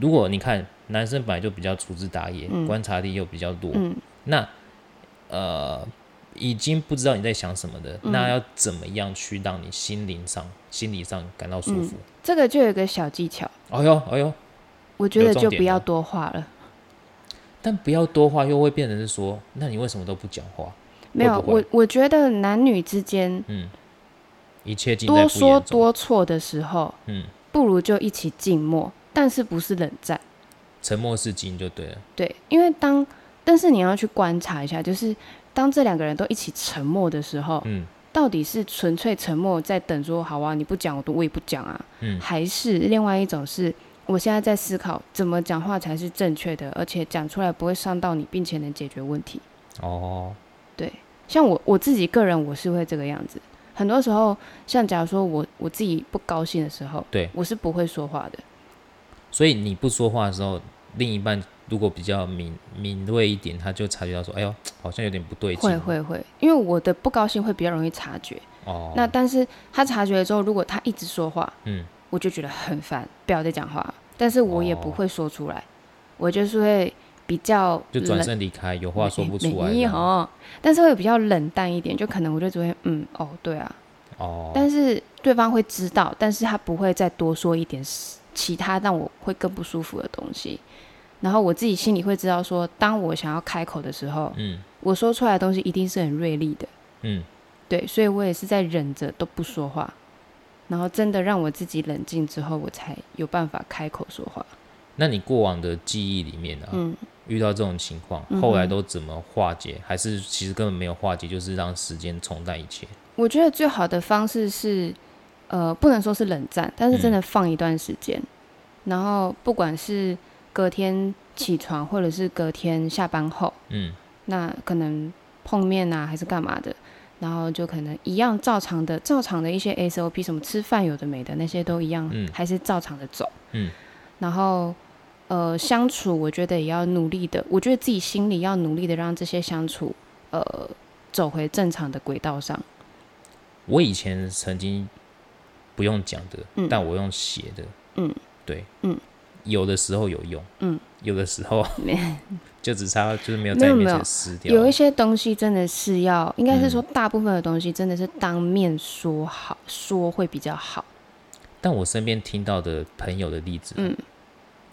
[SPEAKER 1] 如果你看男生本来就比较粗枝大叶，
[SPEAKER 2] 嗯
[SPEAKER 1] 观察力又比较多，
[SPEAKER 2] 嗯
[SPEAKER 1] 那呃已经不知道你在想什么的，
[SPEAKER 2] 嗯
[SPEAKER 1] 那要怎么样去让你心灵上、心理上感到舒服？
[SPEAKER 2] 这个就有一个小技巧，
[SPEAKER 1] 哎呦哎呦，
[SPEAKER 2] 我觉得
[SPEAKER 1] 有重
[SPEAKER 2] 就
[SPEAKER 1] 点
[SPEAKER 2] 不要
[SPEAKER 1] 吗
[SPEAKER 2] 多话了。
[SPEAKER 1] 但不要多话，又会变成是说，那你为什么都不讲话？
[SPEAKER 2] 没有，
[SPEAKER 1] 会不会
[SPEAKER 2] 我我觉得男女之间
[SPEAKER 1] 嗯，一切尽在
[SPEAKER 2] 多
[SPEAKER 1] 不言
[SPEAKER 2] 说
[SPEAKER 1] 中。
[SPEAKER 2] 多错的时候，
[SPEAKER 1] 嗯，
[SPEAKER 2] 不如就一起静默，但是不是冷战？
[SPEAKER 1] 沉默是金就对了。
[SPEAKER 2] 对，因为当但是你要去观察一下，就是当这两个人都一起沉默的时候，
[SPEAKER 1] 嗯
[SPEAKER 2] 到底是纯粹沉默在等说好啊，你不讲我都我也不讲啊，
[SPEAKER 1] 嗯
[SPEAKER 2] 还是另外一种是我现在在思考怎么讲话才是正确的，而且讲出来不会伤到你，并且能解决问题。
[SPEAKER 1] 哦，
[SPEAKER 2] 像我我自己个人，我是会这个样子。很多时候，像假如说我我自己不高兴的时候，
[SPEAKER 1] 对
[SPEAKER 2] 我是不会说话的。
[SPEAKER 1] 所以你不说话的时候，另一半如果比较敏敏锐一点，他就察觉到说，哎呦，好像有点不对劲。
[SPEAKER 2] 会会会，因为我的不高兴会比较容易察觉。
[SPEAKER 1] 哦，
[SPEAKER 2] 那但是他察觉了之后，如果他一直说话，
[SPEAKER 1] 嗯，
[SPEAKER 2] 我就觉得很烦，不要再讲话。但是我也不
[SPEAKER 1] 哦
[SPEAKER 2] 会说出来，我就是会比较
[SPEAKER 1] 就转
[SPEAKER 2] 冷
[SPEAKER 1] 身离开，有话说不出来
[SPEAKER 2] 没
[SPEAKER 1] 这
[SPEAKER 2] 有
[SPEAKER 1] 样。
[SPEAKER 2] [LAUGHS] 但是会比较冷淡一点，就可能我就只会嗯哦对啊，
[SPEAKER 1] 哦，
[SPEAKER 2] 但是对方会知道，但是他不会再多说一点其他让我会更不舒服的东西。然后我自己心里会知道说，当我想要开口的时候，
[SPEAKER 1] 嗯
[SPEAKER 2] 我说出来的东西一定是很锐利的，
[SPEAKER 1] 嗯，
[SPEAKER 2] 对，所以我也是在忍着都不说话，然后真的让我自己冷静之后，我才有办法开口说话。
[SPEAKER 1] 那你过往的记忆里面呢、
[SPEAKER 2] 嗯，
[SPEAKER 1] 遇到这种情况，
[SPEAKER 2] 嗯哼
[SPEAKER 1] 后来都怎么化解？还是其实根本没有化解，就是让时间冲淡一切？
[SPEAKER 2] 我觉得最好的方式是，呃，不能说是冷战，但是真的放一段时间，然后不管是隔天起床，或者是隔天下班后，
[SPEAKER 1] 嗯
[SPEAKER 2] 那可能碰面啊，还是干嘛的，然后就可能一样照常的、照常的一些 SOP，什么吃饭有的没的那些都一样，
[SPEAKER 1] 嗯
[SPEAKER 2] 还是照常的走。
[SPEAKER 1] 嗯，
[SPEAKER 2] 然后呃相处，我觉得也要努力的，我觉得自己心里要努力的让这些相处呃走回正常的轨道上。
[SPEAKER 1] 我以前曾经不用讲的，
[SPEAKER 2] 嗯
[SPEAKER 1] 但我用写的，
[SPEAKER 2] 嗯，
[SPEAKER 1] 对，
[SPEAKER 2] 嗯，
[SPEAKER 1] 有的时候有用，
[SPEAKER 2] 嗯，
[SPEAKER 1] 有的时
[SPEAKER 2] [LAUGHS]
[SPEAKER 1] 候就只差就是没有
[SPEAKER 2] 没
[SPEAKER 1] 在
[SPEAKER 2] 有
[SPEAKER 1] 你面
[SPEAKER 2] 没有
[SPEAKER 1] 前撕掉，
[SPEAKER 2] 有一些东西真的是要，应该是
[SPEAKER 1] 嗯
[SPEAKER 2] 说大部分的东西真的是当面说好，说会比较好。
[SPEAKER 1] 但我身边听到的朋友的例子，
[SPEAKER 2] 嗯，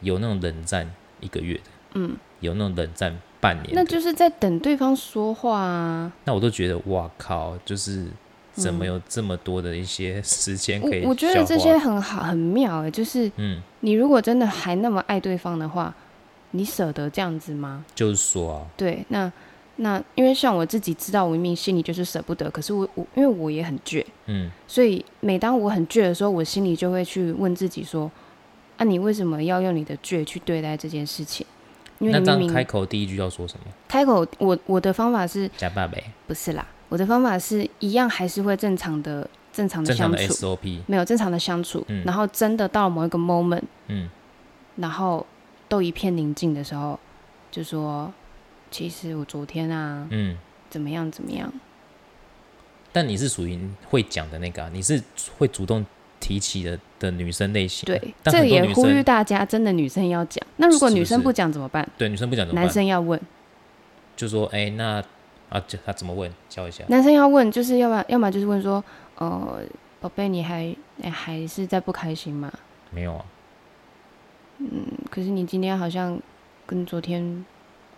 [SPEAKER 1] 有那种冷战一个月的，
[SPEAKER 2] 嗯，
[SPEAKER 1] 有那种冷战半年的，
[SPEAKER 2] 那就是在等对方说话啊。
[SPEAKER 1] 那我都觉得哇靠，就是怎么有这么多的一些时间可以
[SPEAKER 2] 嗯我我觉得
[SPEAKER 1] 消
[SPEAKER 2] 这些
[SPEAKER 1] 化，
[SPEAKER 2] 很好很妙哎、就是
[SPEAKER 1] 嗯，
[SPEAKER 2] 你如果真的还那么爱对方的话，你舍得这样子吗？
[SPEAKER 1] 就是说啊，
[SPEAKER 2] 对，那那因为像我自己知道，我明明心里就是舍不得，可是我我因为我也很倔，
[SPEAKER 1] 嗯，
[SPEAKER 2] 所以每当我很倔的时候，我心里就会去问自己说：啊，你为什么要用你的倔去对待这件事情？因为
[SPEAKER 1] 那
[SPEAKER 2] 你
[SPEAKER 1] 这
[SPEAKER 2] 明
[SPEAKER 1] 样
[SPEAKER 2] 明
[SPEAKER 1] 开口第一句要说什么？
[SPEAKER 2] 开口，我我的方法是
[SPEAKER 1] 假爸呗，
[SPEAKER 2] 不是啦？我的方法是一样，还是会正常的、正常的
[SPEAKER 1] 正常
[SPEAKER 2] 相
[SPEAKER 1] 的
[SPEAKER 2] 处，
[SPEAKER 1] SOP，
[SPEAKER 2] 没有正常的相处。
[SPEAKER 1] 嗯
[SPEAKER 2] 然后真的到了某一个 moment，
[SPEAKER 1] 嗯，
[SPEAKER 2] 然后都一片宁静的时候，就说：其实我昨天啊，
[SPEAKER 1] 嗯，
[SPEAKER 2] 怎么样怎么样。
[SPEAKER 1] 但你是属于会讲的那个、啊，你是会主动提起的的女生类型，
[SPEAKER 2] 对，
[SPEAKER 1] 但
[SPEAKER 2] 这
[SPEAKER 1] 很多
[SPEAKER 2] 也
[SPEAKER 1] 女
[SPEAKER 2] 呼吁
[SPEAKER 1] 生
[SPEAKER 2] 大家，真的女生要讲。那如果
[SPEAKER 1] 是不
[SPEAKER 2] 女生
[SPEAKER 1] 是
[SPEAKER 2] 不讲怎么办？
[SPEAKER 1] 对女生不讲怎么
[SPEAKER 2] 男
[SPEAKER 1] 办？
[SPEAKER 2] 生要问，
[SPEAKER 1] 就说哎、那啊，这他怎么问？教一下，
[SPEAKER 2] 男生要问，就是要不然，要么就是问说，呃，宝贝，你还、哎还是在不开心吗？
[SPEAKER 1] 没有啊，
[SPEAKER 2] 嗯可是你今天好像跟昨天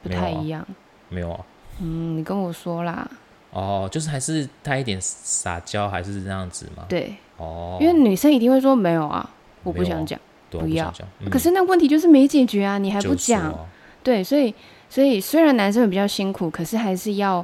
[SPEAKER 2] 不
[SPEAKER 1] 没有
[SPEAKER 2] 太
[SPEAKER 1] 啊
[SPEAKER 2] 一样。
[SPEAKER 1] 没有啊。
[SPEAKER 2] 嗯，你跟我说啦，
[SPEAKER 1] 哦，就是还是带一点撒娇，还是这样子吗？，
[SPEAKER 2] 对，
[SPEAKER 1] 哦，
[SPEAKER 2] 因为女生一定会说没有啊，我不
[SPEAKER 1] 没有啊
[SPEAKER 2] 想讲。
[SPEAKER 1] 对啊
[SPEAKER 2] 不
[SPEAKER 1] 我想
[SPEAKER 2] 要
[SPEAKER 1] 讲嗯
[SPEAKER 2] 可是那问题就是没解决啊，你还
[SPEAKER 1] 就
[SPEAKER 2] 不
[SPEAKER 1] 说
[SPEAKER 2] 讲。
[SPEAKER 1] 啊
[SPEAKER 2] 对，所以所以虽然男生比较辛苦，可是还是要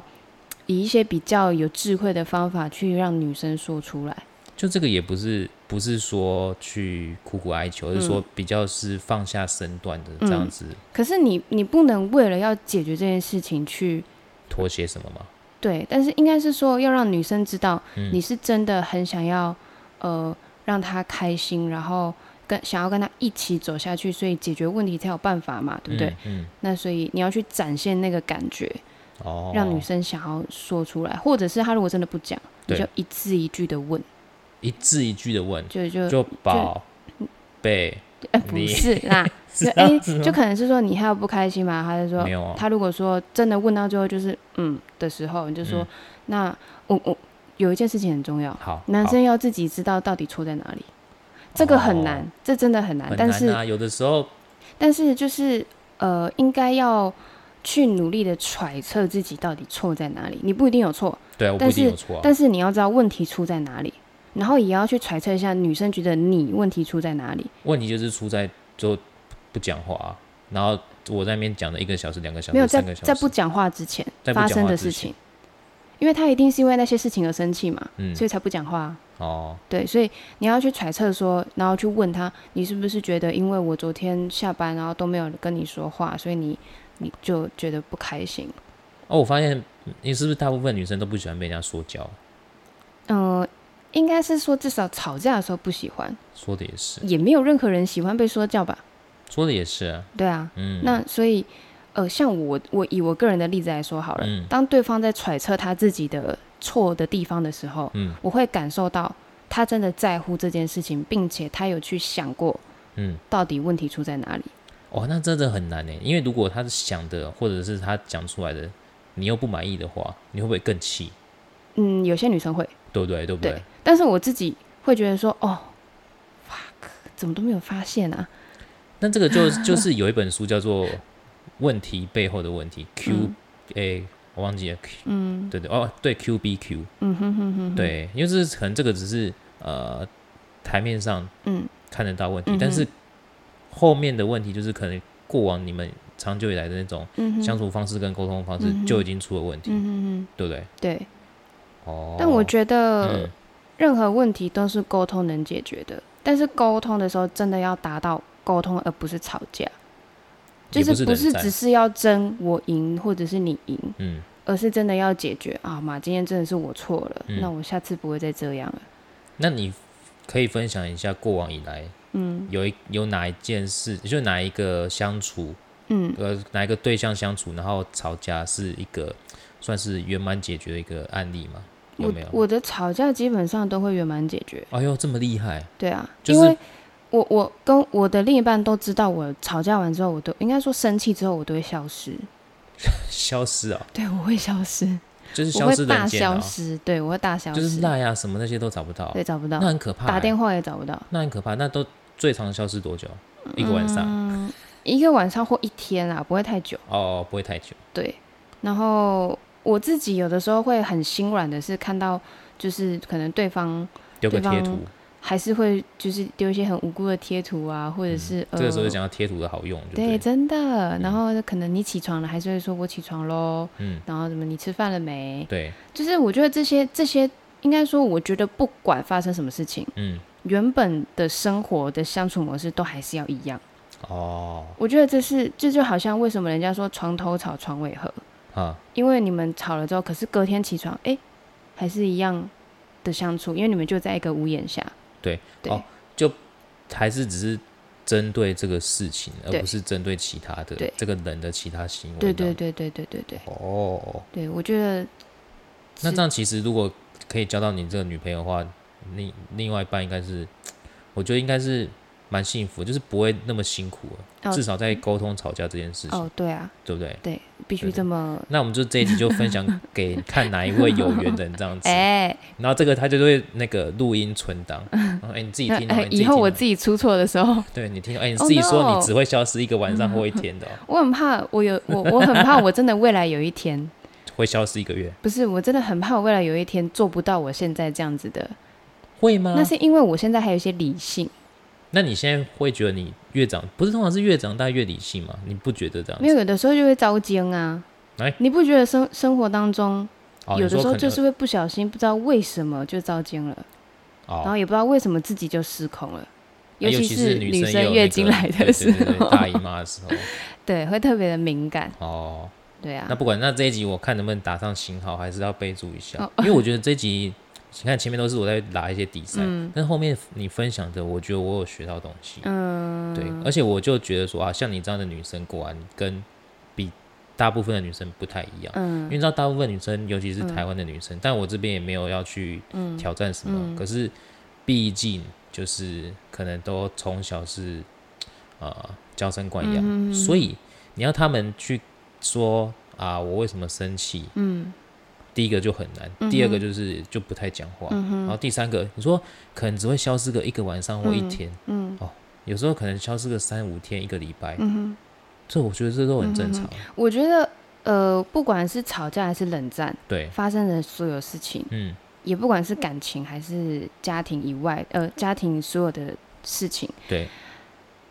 [SPEAKER 2] 以一些比较有智慧的方法去让女生说出来。
[SPEAKER 1] 就这个也不是不是说去苦苦哀求，而是说比较是放下身段的这样
[SPEAKER 2] 嗯
[SPEAKER 1] 子
[SPEAKER 2] 可是你你不能为了要解决这件事情去
[SPEAKER 1] 妥协什么嘛？
[SPEAKER 2] 对，但是应该是说要让女生知道
[SPEAKER 1] 嗯
[SPEAKER 2] 你是真的很想要，呃，让她开心，然后跟想要跟他一起走下去，所以解决问题才有办法嘛，对不对？
[SPEAKER 1] 嗯，
[SPEAKER 2] 那所以你要去展现那个感觉，
[SPEAKER 1] 嗯哦，
[SPEAKER 2] 让女生想要说出来，或者是她如果真的不讲，你
[SPEAKER 1] 对
[SPEAKER 2] 就一字一句的问，
[SPEAKER 1] 一字一句的问，
[SPEAKER 2] 就就
[SPEAKER 1] 就宝贝，
[SPEAKER 2] 哎、不
[SPEAKER 1] 你
[SPEAKER 2] 是
[SPEAKER 1] [LAUGHS]
[SPEAKER 2] 啦，就是
[SPEAKER 1] 这
[SPEAKER 2] 哎、
[SPEAKER 1] 样子吗
[SPEAKER 2] 就可能是说你还有不开心嘛，他就说
[SPEAKER 1] 没有啊
[SPEAKER 2] 他如果说真的问到最后就是嗯的时候，你就说、
[SPEAKER 1] 嗯
[SPEAKER 2] 那我我有一件事情很重要，
[SPEAKER 1] 好，
[SPEAKER 2] 男
[SPEAKER 1] 好
[SPEAKER 2] 生要自己知道到底错在哪里，这个很难，
[SPEAKER 1] 哦
[SPEAKER 2] 这真的很难，
[SPEAKER 1] 很
[SPEAKER 2] 但
[SPEAKER 1] 难
[SPEAKER 2] 是
[SPEAKER 1] 啊，有的时候
[SPEAKER 2] 但是就是呃，应该要去努力的揣测自己到底错在哪里，你不一定有错，
[SPEAKER 1] 对啊，我不
[SPEAKER 2] 但
[SPEAKER 1] 一定
[SPEAKER 2] 是
[SPEAKER 1] 有错啊，
[SPEAKER 2] 但是你要知道问题出在哪里，然后也要去揣测一下女生觉得你问题出在哪里。
[SPEAKER 1] 问题就是出在就不讲话啊，然后我在那边讲了一个小时、两个小
[SPEAKER 2] 没有
[SPEAKER 1] 时、
[SPEAKER 2] 在
[SPEAKER 1] 三个小
[SPEAKER 2] 在
[SPEAKER 1] 时，
[SPEAKER 2] 不讲话之前
[SPEAKER 1] 在不
[SPEAKER 2] 发
[SPEAKER 1] 讲
[SPEAKER 2] 生
[SPEAKER 1] 话
[SPEAKER 2] 的
[SPEAKER 1] 之
[SPEAKER 2] 事
[SPEAKER 1] 前
[SPEAKER 2] 情，因为他一定是因为那些事情而生气嘛，
[SPEAKER 1] 嗯
[SPEAKER 2] 所以才不讲话啊。
[SPEAKER 1] 哦，
[SPEAKER 2] 对，所以你要去揣测说，然后去问他，你是不是觉得因为我昨天下班然后都没有跟你说话，所以你你就觉得不开心？
[SPEAKER 1] 哦，我发现你是不是大部分女生都不喜欢被人家说教？
[SPEAKER 2] 嗯、应该是说至少吵架的时候不喜欢，
[SPEAKER 1] 说的也是，
[SPEAKER 2] 也没有任何人喜欢被说教吧？
[SPEAKER 1] 说的也是啊，
[SPEAKER 2] 对啊，
[SPEAKER 1] 嗯，
[SPEAKER 2] 那所以呃，像我我以我个人的例子来说好了，
[SPEAKER 1] 嗯
[SPEAKER 2] 当对方在揣测他自己的错的地方的时候，
[SPEAKER 1] 嗯
[SPEAKER 2] 我会感受到他真的在乎这件事情，并且他有去想过
[SPEAKER 1] 嗯，
[SPEAKER 2] 到底问题出在哪里。
[SPEAKER 1] 哦，那真的很难呢，因为如果他是想的，或者是他讲出来的，你又不满意的话，你会不会更气？
[SPEAKER 2] 嗯，有些女生会，
[SPEAKER 1] 对不对？对不对？
[SPEAKER 2] 对但是我自己会觉得说，哦，fuck，怎么都没有发现啊？
[SPEAKER 1] 那这个
[SPEAKER 2] [LAUGHS]
[SPEAKER 1] 就就是有一本书叫做《问题背后的问题》Q A，、我忘记了 Q，
[SPEAKER 2] 嗯
[SPEAKER 1] 对对哦，对 Q B Q，
[SPEAKER 2] 嗯哼哼哼哼，，
[SPEAKER 1] 对，因为这是可能这个只是呃台面上
[SPEAKER 2] 嗯
[SPEAKER 1] 看得到问题，
[SPEAKER 2] 嗯哼
[SPEAKER 1] 但是后面的问题就是可能过往你们长久以来的那种
[SPEAKER 2] 嗯哼，
[SPEAKER 1] 相处方式跟沟通方式
[SPEAKER 2] 嗯哼
[SPEAKER 1] 就已经出了问题，
[SPEAKER 2] 嗯哼哼，
[SPEAKER 1] 对不对？
[SPEAKER 2] 对。
[SPEAKER 1] 哦，
[SPEAKER 2] 但我觉得
[SPEAKER 1] 嗯
[SPEAKER 2] 任何问题都是沟通能解决的，但是沟通的时候真的要达到沟通，而不是吵架。就
[SPEAKER 1] 也不
[SPEAKER 2] 是
[SPEAKER 1] 是
[SPEAKER 2] 不
[SPEAKER 1] 冷
[SPEAKER 2] 是
[SPEAKER 1] 战
[SPEAKER 2] 只是要争我赢或者是你赢，
[SPEAKER 1] 嗯，
[SPEAKER 2] 而是真的要解决啊妈，今天真的是我错了，
[SPEAKER 1] 嗯
[SPEAKER 2] 那我下次不会再这样了。
[SPEAKER 1] 那你可以分享一下过往以来
[SPEAKER 2] 嗯
[SPEAKER 1] 有一有哪一件事，就哪一个相处
[SPEAKER 2] 嗯
[SPEAKER 1] 呃哪一个对象相处，然后吵架是一个算是圆满解决的一个案例吗？有
[SPEAKER 2] 我
[SPEAKER 1] 没有？
[SPEAKER 2] 我的吵架基本上都会圆满解决，
[SPEAKER 1] 哎呦，这么厉害！
[SPEAKER 2] 对啊，
[SPEAKER 1] 就是
[SPEAKER 2] 因为我我跟我的另一半都知道，我吵架完之后，我都应该说生气之后，我都会消失，
[SPEAKER 1] 消失啊、
[SPEAKER 2] 对我会消失，
[SPEAKER 1] 就是
[SPEAKER 2] 我
[SPEAKER 1] 消失
[SPEAKER 2] 会
[SPEAKER 1] 人
[SPEAKER 2] 大
[SPEAKER 1] 间啊、
[SPEAKER 2] 消失，对我会大消失，
[SPEAKER 1] 就是赖啊什么那些都找不到，
[SPEAKER 2] 对，找不到
[SPEAKER 1] 那，很可怕、
[SPEAKER 2] 打电
[SPEAKER 1] 话，
[SPEAKER 2] 话也找不到，
[SPEAKER 1] 那很可怕，那都最长消失多久？一个晚上、
[SPEAKER 2] 嗯，一个晚上或一天啦，不会太久。
[SPEAKER 1] 哦，不会太久，
[SPEAKER 2] 对，然后我自己有的时候会很心软的是看到，就是可能对方
[SPEAKER 1] 丢个贴
[SPEAKER 2] 对方
[SPEAKER 1] 图，
[SPEAKER 2] 还是会就是丢一些很无辜的贴图啊，或者
[SPEAKER 1] 嗯
[SPEAKER 2] 是、呃，
[SPEAKER 1] 这个时候就讲到贴图的好用，对不嗯
[SPEAKER 2] 对，
[SPEAKER 1] 对？
[SPEAKER 2] 真的。然后可能你起床了，还是会说我起床喽，
[SPEAKER 1] 嗯，
[SPEAKER 2] 然后怎么你吃饭了没？
[SPEAKER 1] 对，
[SPEAKER 2] 就是我觉得这些这些，应该说，我觉得不管发生什么事情，
[SPEAKER 1] 嗯，
[SPEAKER 2] 原本的生活的相处模式都还是要一样。
[SPEAKER 1] 哦，
[SPEAKER 2] 我觉得这是这就好像为什么人家说床头吵床尾和，
[SPEAKER 1] 啊，
[SPEAKER 2] 因为你们吵了之后，可是隔天起床，哎、还是一样的相处，因为你们就在一个屋檐下。
[SPEAKER 1] 对
[SPEAKER 2] 对、
[SPEAKER 1] 哦还是只是针对这个事情，而
[SPEAKER 2] 对
[SPEAKER 1] 不是针对其他的
[SPEAKER 2] 对
[SPEAKER 1] 这个人的其他行为。
[SPEAKER 2] 对对，对对对对对
[SPEAKER 1] 哦，
[SPEAKER 2] 对，我觉得
[SPEAKER 1] 那
[SPEAKER 2] 是
[SPEAKER 1] 这样其实如果可以交到你这个女朋友的话，你另外一半应该是，我觉得应该是蛮幸福，就是不会那么辛苦了，
[SPEAKER 2] 哦
[SPEAKER 1] 至少在沟通吵架这件事情，
[SPEAKER 2] 哦，对啊，
[SPEAKER 1] 对不对？
[SPEAKER 2] 对，必须
[SPEAKER 1] 对对
[SPEAKER 2] 这么。
[SPEAKER 1] 那我们就这一集就分享
[SPEAKER 2] [LAUGHS]
[SPEAKER 1] 给看哪一位有缘人这样子，
[SPEAKER 2] 哎、
[SPEAKER 1] 然后这个他就会那个录音存档，
[SPEAKER 2] [LAUGHS]
[SPEAKER 1] 然后哎你自己
[SPEAKER 2] 那
[SPEAKER 1] 听哦，
[SPEAKER 2] 哎
[SPEAKER 1] 哎你自己
[SPEAKER 2] 以后
[SPEAKER 1] 听
[SPEAKER 2] 我
[SPEAKER 1] 哦
[SPEAKER 2] 自己出错的时候，
[SPEAKER 1] 对你听哦，哎你
[SPEAKER 2] Oh
[SPEAKER 1] 自己说
[SPEAKER 2] no
[SPEAKER 1] 你只会消失一个晚上或一天的哦，
[SPEAKER 2] 我很怕，我有我我很怕，我真的未来有一天，
[SPEAKER 1] 会消失一个
[SPEAKER 2] [LAUGHS]
[SPEAKER 1] 月，
[SPEAKER 2] 不是，我真的很怕，我未来有一天做不到我现在这样子的。
[SPEAKER 1] 会吗？
[SPEAKER 2] 那是因为我现在还有一些理性，
[SPEAKER 1] 那你现在会觉得你越长，不是通常是越长大越理性吗？你不觉得这样子？
[SPEAKER 2] 没有有的时候就会遭奸啊
[SPEAKER 1] 哎。
[SPEAKER 2] 你不觉得生生活当中
[SPEAKER 1] 哦、你
[SPEAKER 2] 有的
[SPEAKER 1] 说
[SPEAKER 2] 时
[SPEAKER 1] 可
[SPEAKER 2] 候
[SPEAKER 1] 能
[SPEAKER 2] 就是会不小心，不知道为什么就遭奸了，然
[SPEAKER 1] 哦，啊
[SPEAKER 2] 后也不知道为什么自己就失控了，
[SPEAKER 1] 尤
[SPEAKER 2] 其
[SPEAKER 1] 是
[SPEAKER 2] 女
[SPEAKER 1] 生也有
[SPEAKER 2] 月
[SPEAKER 1] 那
[SPEAKER 2] 经
[SPEAKER 1] 个
[SPEAKER 2] 来
[SPEAKER 1] 对
[SPEAKER 2] 的
[SPEAKER 1] 对
[SPEAKER 2] 时
[SPEAKER 1] 对对
[SPEAKER 2] 候，
[SPEAKER 1] 大姨妈的时候。
[SPEAKER 2] [LAUGHS] 对，会特别的敏感，
[SPEAKER 1] 哦，
[SPEAKER 2] 对啊
[SPEAKER 1] 那。不管那这一集我看能不能打上星号，还是要备注一下，
[SPEAKER 2] 哦
[SPEAKER 1] 因为我觉得这一集你看前面都是我在拿一些比赛，但是后面你分享的，我觉得我有学到东西。
[SPEAKER 2] 嗯，
[SPEAKER 1] 对，而且我就觉得说啊，像你这样的女生，果然跟比大部分的女生不太一样。因
[SPEAKER 2] 嗯
[SPEAKER 1] 为你知道大部分女生，尤其是台湾的女生，但我这边也没有要去
[SPEAKER 2] 嗯
[SPEAKER 1] 挑战什么，
[SPEAKER 2] 嗯
[SPEAKER 1] 可是毕竟就是可能都从小是呃娇生惯养，
[SPEAKER 2] 嗯嗯嗯
[SPEAKER 1] 所以你要他们去说啊，我为什么生气？
[SPEAKER 2] 嗯
[SPEAKER 1] 第一个就很难，第二个就是就不太讲话，
[SPEAKER 2] 嗯哼
[SPEAKER 1] 然后第三个你说可能只会消失个一个晚上或一
[SPEAKER 2] 嗯
[SPEAKER 1] 天，
[SPEAKER 2] 嗯
[SPEAKER 1] 有时候可能消失个三五天一个礼拜，
[SPEAKER 2] 嗯哼，嗯
[SPEAKER 1] 这我觉得这都很正常。
[SPEAKER 2] 我觉得呃，不管是吵架还是冷战，
[SPEAKER 1] 对，
[SPEAKER 2] 发生的所有事情，
[SPEAKER 1] 嗯，
[SPEAKER 2] 也不管是感情还是家庭以外，呃，家庭所有的事情，
[SPEAKER 1] 对，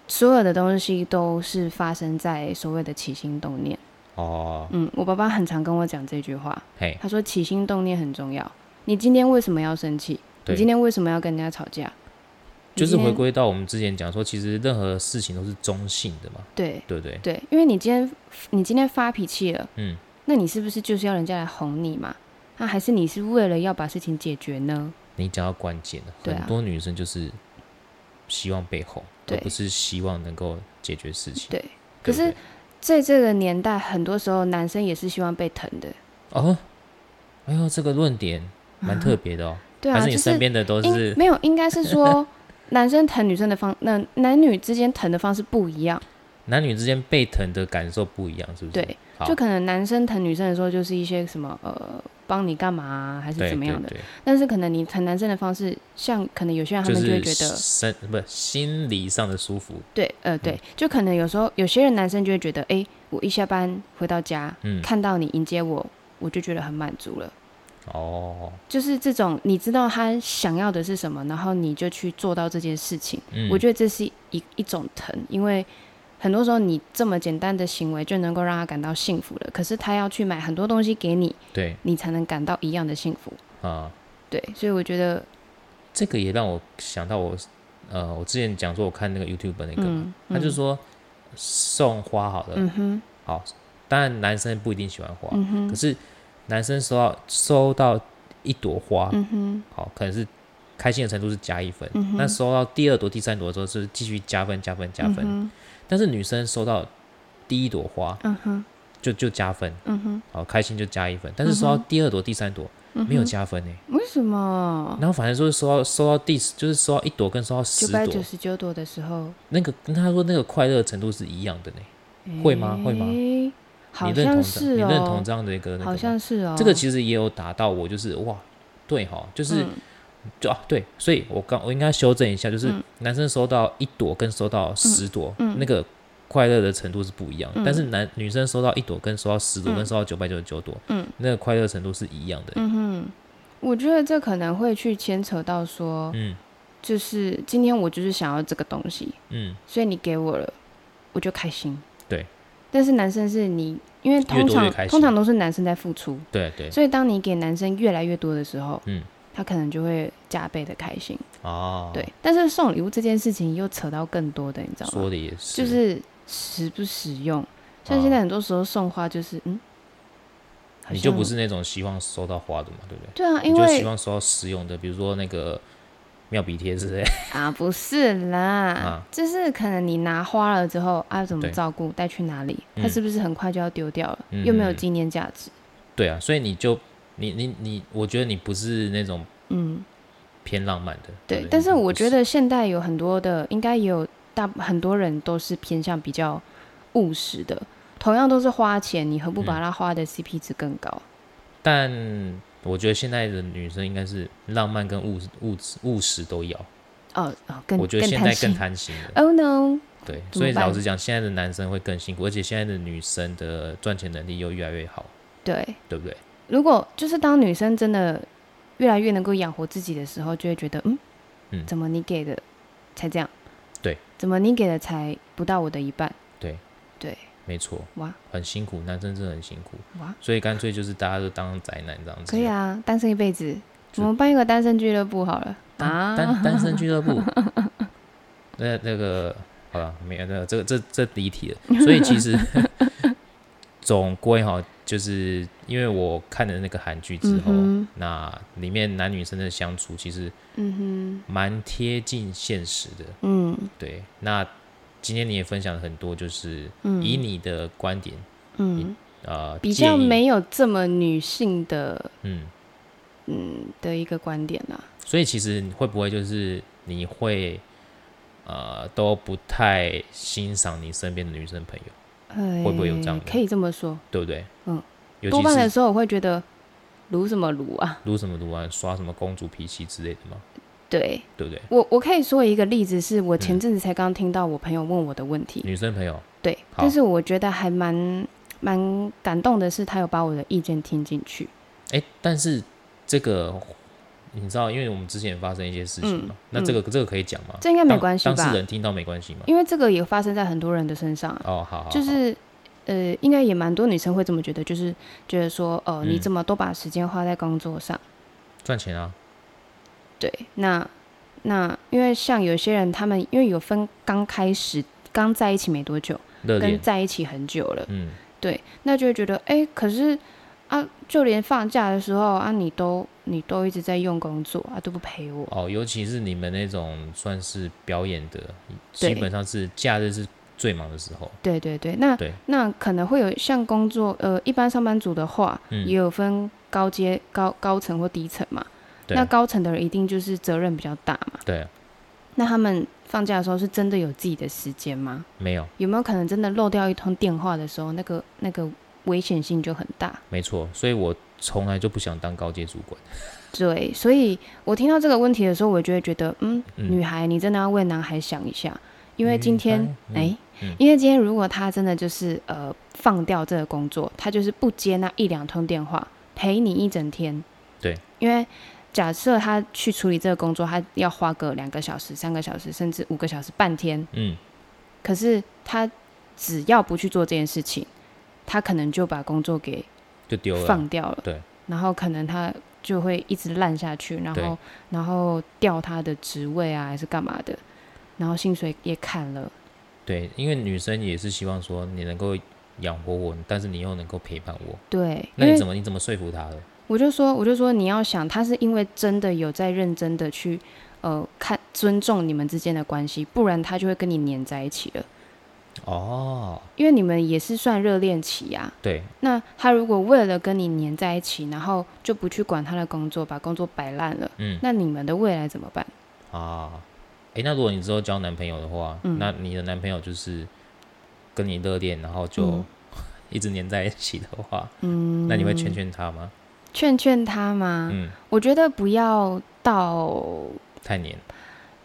[SPEAKER 2] 所有的东西都是发生在所谓的起心动念。
[SPEAKER 1] 哦，
[SPEAKER 2] 嗯，我爸爸很常跟我讲这句话，
[SPEAKER 1] 嘿，
[SPEAKER 2] 他说起心动念很重要。你今天为什么要生气？你
[SPEAKER 1] 对
[SPEAKER 2] 今天为什么要跟人家吵架？你
[SPEAKER 1] 就是
[SPEAKER 2] 今天
[SPEAKER 1] 回归到我们之前讲说，其实任何事情都是中性的嘛，
[SPEAKER 2] 对
[SPEAKER 1] 对不对？
[SPEAKER 2] 对，因为你今天你今天发脾气了，
[SPEAKER 1] 嗯，
[SPEAKER 2] 那你是不是就是要人家来哄你嘛？那、还是你是为了要把事情解决呢？
[SPEAKER 1] 你讲到关键了，
[SPEAKER 2] 对啊
[SPEAKER 1] 很多女生就是希望被哄，而
[SPEAKER 2] 对
[SPEAKER 1] 不是希望能够解决事情。
[SPEAKER 2] 对，
[SPEAKER 1] 对
[SPEAKER 2] 可
[SPEAKER 1] 不
[SPEAKER 2] 是
[SPEAKER 1] 对
[SPEAKER 2] 在这个年代，很多时候男生也是希望被疼的。
[SPEAKER 1] 哦，哎呦，这个论点蛮特别的哦，
[SPEAKER 2] 啊对啊，
[SPEAKER 1] 还是你
[SPEAKER 2] 就
[SPEAKER 1] 身
[SPEAKER 2] 是
[SPEAKER 1] 边的都
[SPEAKER 2] 应
[SPEAKER 1] 是
[SPEAKER 2] 没有，应该是
[SPEAKER 1] [LAUGHS]
[SPEAKER 2] 说男生疼女生的方，那男女之间疼的方式不一样。
[SPEAKER 1] 男女之间被疼的感受不一样，是不是？
[SPEAKER 2] 对，
[SPEAKER 1] 好，
[SPEAKER 2] 就可能男生疼女生的时候，就是一些什么呃，帮你干嘛、啊、还是
[SPEAKER 1] 对
[SPEAKER 2] 怎么样的。
[SPEAKER 1] 对对
[SPEAKER 2] 但是可能你疼男生的方式，像可能有些人他
[SPEAKER 1] 就
[SPEAKER 2] 们就会
[SPEAKER 1] 是
[SPEAKER 2] 觉得，
[SPEAKER 1] 身不心理上的舒服，
[SPEAKER 2] 对，呃，对，就可能有时候有些人男生就会觉得，哎、我一下班回到家，
[SPEAKER 1] 嗯，
[SPEAKER 2] 看到你迎接我，我就觉得很满足了。
[SPEAKER 1] 哦，
[SPEAKER 2] 就是这种，你知道他想要的是什么，然后你就去做到这件事情。
[SPEAKER 1] 嗯，
[SPEAKER 2] 我觉得这是一一种疼，因为很多时候你这么简单的行为就能够让他感到幸福了，可是他要去买很多东西给你，
[SPEAKER 1] 对
[SPEAKER 2] 你才能感到一样的幸福。
[SPEAKER 1] 啊，
[SPEAKER 2] 对，所以我觉得，
[SPEAKER 1] 这个也让我想到我呃，我之前讲说我看那个 YouTube 那个嘛，
[SPEAKER 2] 嗯，
[SPEAKER 1] 他就
[SPEAKER 2] 嗯，
[SPEAKER 1] 说送花好了，
[SPEAKER 2] 嗯哼，
[SPEAKER 1] 好，当然男生不一定喜欢花，
[SPEAKER 2] 嗯哼，
[SPEAKER 1] 可是男生收到收到一朵花，
[SPEAKER 2] 嗯哼，
[SPEAKER 1] 好，可能是开心的程度是加一分，
[SPEAKER 2] 嗯哼
[SPEAKER 1] 那收到第二朵、第三朵的时候是继续加分、加分、加分，
[SPEAKER 2] 嗯
[SPEAKER 1] 但是女生收到第一朵花
[SPEAKER 2] 哼，嗯哼，
[SPEAKER 1] 就就加分，
[SPEAKER 2] 嗯哼，
[SPEAKER 1] 好开心就加一分，但是收到
[SPEAKER 2] 嗯哼
[SPEAKER 1] 第二朵、第三朵
[SPEAKER 2] 嗯哼
[SPEAKER 1] 没有，加分呢、
[SPEAKER 2] 为什么？
[SPEAKER 1] 然后反正就是收到收到第十就是收到一朵跟收到十
[SPEAKER 2] 九百九
[SPEAKER 1] 朵，
[SPEAKER 2] 十九朵的时候，
[SPEAKER 1] 那个跟他说那个快乐程度是一样的呢、会吗会吗
[SPEAKER 2] 诶？
[SPEAKER 1] 你
[SPEAKER 2] 好
[SPEAKER 1] 认
[SPEAKER 2] 像
[SPEAKER 1] 同这、
[SPEAKER 2] 是
[SPEAKER 1] 你
[SPEAKER 2] 哦，
[SPEAKER 1] 认同这样的一个那个吗
[SPEAKER 2] 好像是哦。
[SPEAKER 1] 这个其实也有打到我，就是哇，对哈，就是、
[SPEAKER 2] 嗯
[SPEAKER 1] 就啊对，所以我刚我应该修正一下，就是
[SPEAKER 2] 嗯
[SPEAKER 1] 男生收到一朵跟收到十朵、
[SPEAKER 2] 嗯
[SPEAKER 1] 那个快乐的程度是不一样的，
[SPEAKER 2] 嗯
[SPEAKER 1] 但是男女生收到一朵跟收到十朵、
[SPEAKER 2] 嗯
[SPEAKER 1] 跟收到九百九十九朵，
[SPEAKER 2] 嗯
[SPEAKER 1] 那个快乐程度是一样的。
[SPEAKER 2] 嗯哼，我觉得这可能会去牵扯到说，
[SPEAKER 1] 嗯
[SPEAKER 2] 就是今天我就是想要这个东西，
[SPEAKER 1] 嗯，
[SPEAKER 2] 所以你给我了，我就开心。
[SPEAKER 1] 对。
[SPEAKER 2] 但是男生是你，因为
[SPEAKER 1] 越
[SPEAKER 2] 通
[SPEAKER 1] 多越
[SPEAKER 2] 常
[SPEAKER 1] 开心
[SPEAKER 2] 通常都是男生在付出，
[SPEAKER 1] 对对
[SPEAKER 2] 所以当你给男生越来越多的时候，
[SPEAKER 1] 嗯，
[SPEAKER 2] 他可能就会加倍的开心。
[SPEAKER 1] 啊，
[SPEAKER 2] 对，，但是送礼物这件事情又扯到更多的，你知道吗
[SPEAKER 1] 说？的也是，啊
[SPEAKER 2] 就是实不实用。像现在很多时候送花就是，嗯，好
[SPEAKER 1] 你就
[SPEAKER 2] 像
[SPEAKER 1] 不是那种希望收到花的嘛，对不对？
[SPEAKER 2] 对啊，
[SPEAKER 1] 你
[SPEAKER 2] 因
[SPEAKER 1] 就希
[SPEAKER 2] 为
[SPEAKER 1] 望收到实用的，比如说那个妙笔贴之类的。 [LAUGHS]
[SPEAKER 2] 啊，不是啦，
[SPEAKER 1] 啊
[SPEAKER 2] 就是可能你拿花了之后啊，怎么
[SPEAKER 1] 对
[SPEAKER 2] 照顾，带去哪里，
[SPEAKER 1] 嗯
[SPEAKER 2] 它是不是很快就要丢掉了？
[SPEAKER 1] 嗯
[SPEAKER 2] 又没有纪念价值。
[SPEAKER 1] 对啊，所以你就你你你，我觉得你不是那种
[SPEAKER 2] 嗯，
[SPEAKER 1] 偏浪漫的。
[SPEAKER 2] 对。
[SPEAKER 1] 不
[SPEAKER 2] 但是
[SPEAKER 1] 你不
[SPEAKER 2] 我觉得现代有很多的，应该也有大很多人都是偏向比较务实的。同样都是花钱，你何不
[SPEAKER 1] 嗯
[SPEAKER 2] 把它花的 CP 值更高？
[SPEAKER 1] 但我觉得现在的女生应该是浪漫跟务务务实都要。
[SPEAKER 2] 哦哦，更
[SPEAKER 1] 我觉得
[SPEAKER 2] 更
[SPEAKER 1] 现在
[SPEAKER 2] 贪
[SPEAKER 1] 更
[SPEAKER 2] 心。
[SPEAKER 1] 贪心了。
[SPEAKER 2] Oh no！
[SPEAKER 1] [LAUGHS] 对，
[SPEAKER 2] 怎么
[SPEAKER 1] 所以老
[SPEAKER 2] 办
[SPEAKER 1] 实讲，现在的男生会更辛苦，而且现在的女生的赚钱能力又越来越好，
[SPEAKER 2] 对，
[SPEAKER 1] 对不对？
[SPEAKER 2] 如果就是当女生真的越来越能够养活自己的时候，就会觉得，嗯，
[SPEAKER 1] 嗯
[SPEAKER 2] 怎么你给的才这样？
[SPEAKER 1] 对，
[SPEAKER 2] 怎么你给的才不到我的一半？
[SPEAKER 1] 对，
[SPEAKER 2] 对，
[SPEAKER 1] 没错，
[SPEAKER 2] 哇
[SPEAKER 1] 很辛苦，男生真的很辛苦，
[SPEAKER 2] 哇，
[SPEAKER 1] 所以干脆就是大家都当宅男这样子。
[SPEAKER 2] 可以啊，单身一辈子，
[SPEAKER 1] 就
[SPEAKER 2] 我们办一个单身俱乐部好了
[SPEAKER 1] 单
[SPEAKER 2] 啊 [LAUGHS]
[SPEAKER 1] 单。单身俱乐部，那那个
[SPEAKER 2] [LAUGHS]
[SPEAKER 1] 好了，没有，那个这个这这离题了。所以其实 [LAUGHS] 总归哈，就是因为我看了那个韩剧之后，
[SPEAKER 2] 嗯
[SPEAKER 1] 那里面男女生的相处其实
[SPEAKER 2] 哼，嗯
[SPEAKER 1] 蛮贴近现实的。
[SPEAKER 2] 哼，嗯
[SPEAKER 1] 对，那今天你也分享了很多，就是
[SPEAKER 2] 嗯
[SPEAKER 1] 以你的观点，
[SPEAKER 2] 嗯，
[SPEAKER 1] 呃，
[SPEAKER 2] 比较
[SPEAKER 1] 建议，
[SPEAKER 2] 没有这么女性的
[SPEAKER 1] 嗯，
[SPEAKER 2] 嗯的一个观点啊啦。
[SPEAKER 1] 所以其实你会不会就是你会呃都不太欣赏你身边的女生朋友，
[SPEAKER 2] 会
[SPEAKER 1] 不会有这样的
[SPEAKER 2] 哎可以这么说，
[SPEAKER 1] 对不对？
[SPEAKER 2] 嗯，
[SPEAKER 1] 尤
[SPEAKER 2] 多
[SPEAKER 1] 其
[SPEAKER 2] 半的
[SPEAKER 1] 是
[SPEAKER 2] 时候我会觉得撸什么撸啊？
[SPEAKER 1] 撸什么撸啊，耍什么公主脾气之类的嘛，
[SPEAKER 2] 对
[SPEAKER 1] 对不对？
[SPEAKER 2] 我，我可以说一个例子，是我前
[SPEAKER 1] 嗯
[SPEAKER 2] 阵子才刚听到我朋友问我的问题，
[SPEAKER 1] 女生朋友，
[SPEAKER 2] 对，
[SPEAKER 1] 好
[SPEAKER 2] 但是我觉得还蛮蛮感动的是，他有把我的意见听进去。
[SPEAKER 1] 哎、但是这个你知道，因为我们之前发生一些事情嘛，
[SPEAKER 2] 嗯
[SPEAKER 1] 那这个、这个可以讲吗？
[SPEAKER 2] 这应该没
[SPEAKER 1] 当
[SPEAKER 2] 关系
[SPEAKER 1] 当
[SPEAKER 2] 吧
[SPEAKER 1] 事？人听到没关系吗？
[SPEAKER 2] 因为这个也发生在很多人的身上啊，
[SPEAKER 1] 哦，好好好，
[SPEAKER 2] 就是呃，应该也蛮多女生会这么觉得，就是觉得说，哦、你
[SPEAKER 1] 嗯
[SPEAKER 2] 怎么都把时间花在工作上？
[SPEAKER 1] 赚钱啊，
[SPEAKER 2] 对，那那因为像有些人，他们因为有分刚开始刚在一起没多久，
[SPEAKER 1] 热
[SPEAKER 2] 跟
[SPEAKER 1] 恋，
[SPEAKER 2] 在一起很久了，
[SPEAKER 1] 嗯，
[SPEAKER 2] 对，那就会觉得，哎、可是啊，就连放假的时候啊，你都你都一直在用工作啊，都不陪我，
[SPEAKER 1] 哦，尤其是你们那种算是表演的，
[SPEAKER 2] 对
[SPEAKER 1] 基本上是假日是最忙的时候，
[SPEAKER 2] 对对对，那
[SPEAKER 1] 对
[SPEAKER 2] 那可能会有像工作，呃，一般上班族的话，
[SPEAKER 1] 嗯
[SPEAKER 2] 也有分高阶、高高层或低层嘛。
[SPEAKER 1] 对
[SPEAKER 2] 那高层的人一定就是责任比较大嘛。
[SPEAKER 1] 对，
[SPEAKER 2] 那他们放假的时候是真的有自己的时间吗？
[SPEAKER 1] 没有，
[SPEAKER 2] 有没有可能真的漏掉一通电话的时候，那个那个危险性就很大？
[SPEAKER 1] 没错，所以我从来就不想当高阶主管，
[SPEAKER 2] 对，所以我听到这个问题的时候，我就会觉得，嗯，
[SPEAKER 1] 嗯
[SPEAKER 2] 女孩，你真的要为男孩想一下，因为今天
[SPEAKER 1] 女孩，嗯
[SPEAKER 2] 哎、
[SPEAKER 1] 嗯
[SPEAKER 2] 因为今天如果他真的就是呃放掉这个工作，他就是不接那一两通电话，陪你一整天，
[SPEAKER 1] 对，
[SPEAKER 2] 因为假设他去处理这个工作，他要花个两个小时、三个小时，甚至五个小时、半天，
[SPEAKER 1] 嗯，
[SPEAKER 2] 可是他只要不去做这件事情，他可能就把工作给
[SPEAKER 1] 就丢了，
[SPEAKER 2] 放掉了，
[SPEAKER 1] 对，
[SPEAKER 2] 然后可能他就会一直烂下去，然
[SPEAKER 1] 对
[SPEAKER 2] 后然后调他的职位啊，还是干嘛的，然后薪水也砍了，
[SPEAKER 1] 对，因为女生也是希望说你能够养活我，但是你又能够陪伴我，
[SPEAKER 2] 对，
[SPEAKER 1] 那
[SPEAKER 2] 因
[SPEAKER 1] 你
[SPEAKER 2] 为
[SPEAKER 1] 怎么你怎么说服她的？
[SPEAKER 2] 我就说，我就说你要想，他是因为真的有在认真的去呃看尊重你们之间的关系，不然他就会跟你黏在一起了，
[SPEAKER 1] 哦，
[SPEAKER 2] 因为你们也是算热恋期呀、
[SPEAKER 1] 对，
[SPEAKER 2] 那他如果为了跟你黏在一起，然后就不去管他的工作，把工作摆烂了，
[SPEAKER 1] 嗯
[SPEAKER 2] 那你们的未来怎么办？
[SPEAKER 1] 啊，诶，那如果你之后交男朋友的话，
[SPEAKER 2] 嗯
[SPEAKER 1] 那你的男朋友就是跟你热恋，然后就、
[SPEAKER 2] 嗯
[SPEAKER 1] [LAUGHS] 一直黏在一起的话，
[SPEAKER 2] 嗯，
[SPEAKER 1] 那你会劝劝他吗？
[SPEAKER 2] 劝劝他吗？
[SPEAKER 1] 嗯，
[SPEAKER 2] 我觉得不要到
[SPEAKER 1] 太黏，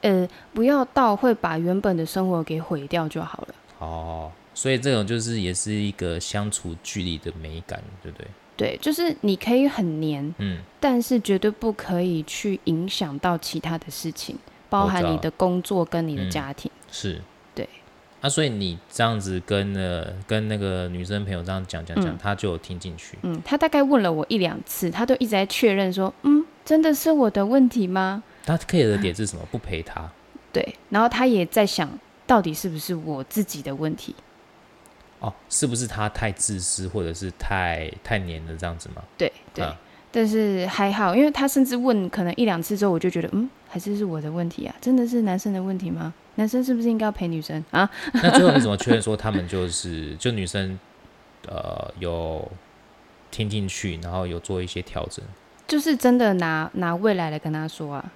[SPEAKER 2] 呃，不要到会把原本的生活给毁掉就好了。
[SPEAKER 1] 哦，所以这种就是也是一个相处距离的美感，对不对？
[SPEAKER 2] 对，就是你可以很黏，
[SPEAKER 1] 嗯，
[SPEAKER 2] 但是绝对不可以去影响到其他的事情，包
[SPEAKER 1] 我
[SPEAKER 2] 含
[SPEAKER 1] 知道
[SPEAKER 2] 你的工作跟你的
[SPEAKER 1] 嗯
[SPEAKER 2] 家庭。
[SPEAKER 1] 是，
[SPEAKER 2] 对。
[SPEAKER 1] 啊，所以你这样子跟呃跟那个女生朋友这样讲讲讲，
[SPEAKER 2] 嗯
[SPEAKER 1] 她就有听进去。
[SPEAKER 2] 嗯，他大概问了我一两次，他都一直在确认说，嗯，真的是我的问题吗？
[SPEAKER 1] 她 care 的点是什么？不陪她。
[SPEAKER 2] 对，然后他也在想到底是不是我自己的问题。
[SPEAKER 1] 哦，是不是她太自私，或者是太太黏了这样子吗？
[SPEAKER 2] 对对，
[SPEAKER 1] 啊
[SPEAKER 2] 但是还好，因为他甚至问可能一两次之后，我就觉得，嗯，还是是我的问题啊，真的是男生的问题吗？男生是不是应该要陪女生啊？
[SPEAKER 1] 那最后你怎么确认说他们就是 [LAUGHS] 就女生呃有听进去，然后有做一些调整？
[SPEAKER 2] 就是真的拿拿未来来跟他说啊，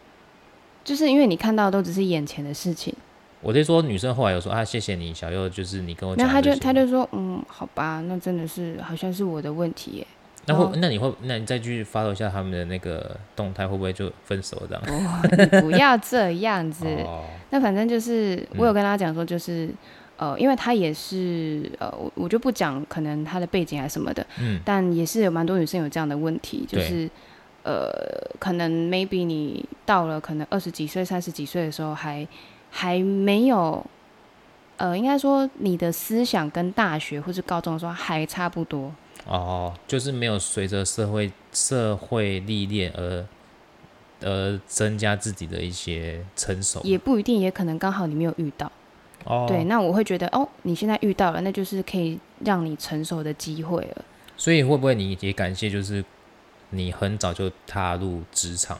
[SPEAKER 2] 就是因为你看到的都只是眼前的事情，
[SPEAKER 1] 我在说女生后来有说啊，谢谢你小右，就是你跟我讲
[SPEAKER 2] 然
[SPEAKER 1] 的
[SPEAKER 2] 后
[SPEAKER 1] 这
[SPEAKER 2] 他
[SPEAKER 1] 些。
[SPEAKER 2] 就他就说，嗯，好吧，那真的是好像是我的问题
[SPEAKER 1] [LAUGHS]
[SPEAKER 2] 耶，
[SPEAKER 1] 那会、
[SPEAKER 2] 哦
[SPEAKER 1] 那你会那你再去 follow 一下他们的那个动态，会不会就分手这样？
[SPEAKER 2] 哦，你不要这样子。
[SPEAKER 1] 哦，
[SPEAKER 2] 那反正就是我有跟他讲说，就是、呃，因为他也是呃，我我就不讲可能他的背景啊什么的，
[SPEAKER 1] 嗯，
[SPEAKER 2] 但也是有蛮多女生有这样的问题，就
[SPEAKER 1] 对
[SPEAKER 2] 是呃，可能 maybe 你到了可能二十几岁、三十几岁的时候还还没有。呃，应该说你的思想跟大学或是高中的时候还差不多，
[SPEAKER 1] 哦，就是没有随着社会社会历练而而增加自己的一些成熟。
[SPEAKER 2] 也不一定，也可能刚好你没有遇到。
[SPEAKER 1] 哦，
[SPEAKER 2] 对，那我会觉得哦，你现在遇到了，那就是可以让你成熟的机会了。
[SPEAKER 1] 所以会不会你也感谢就是你很早就踏入职场，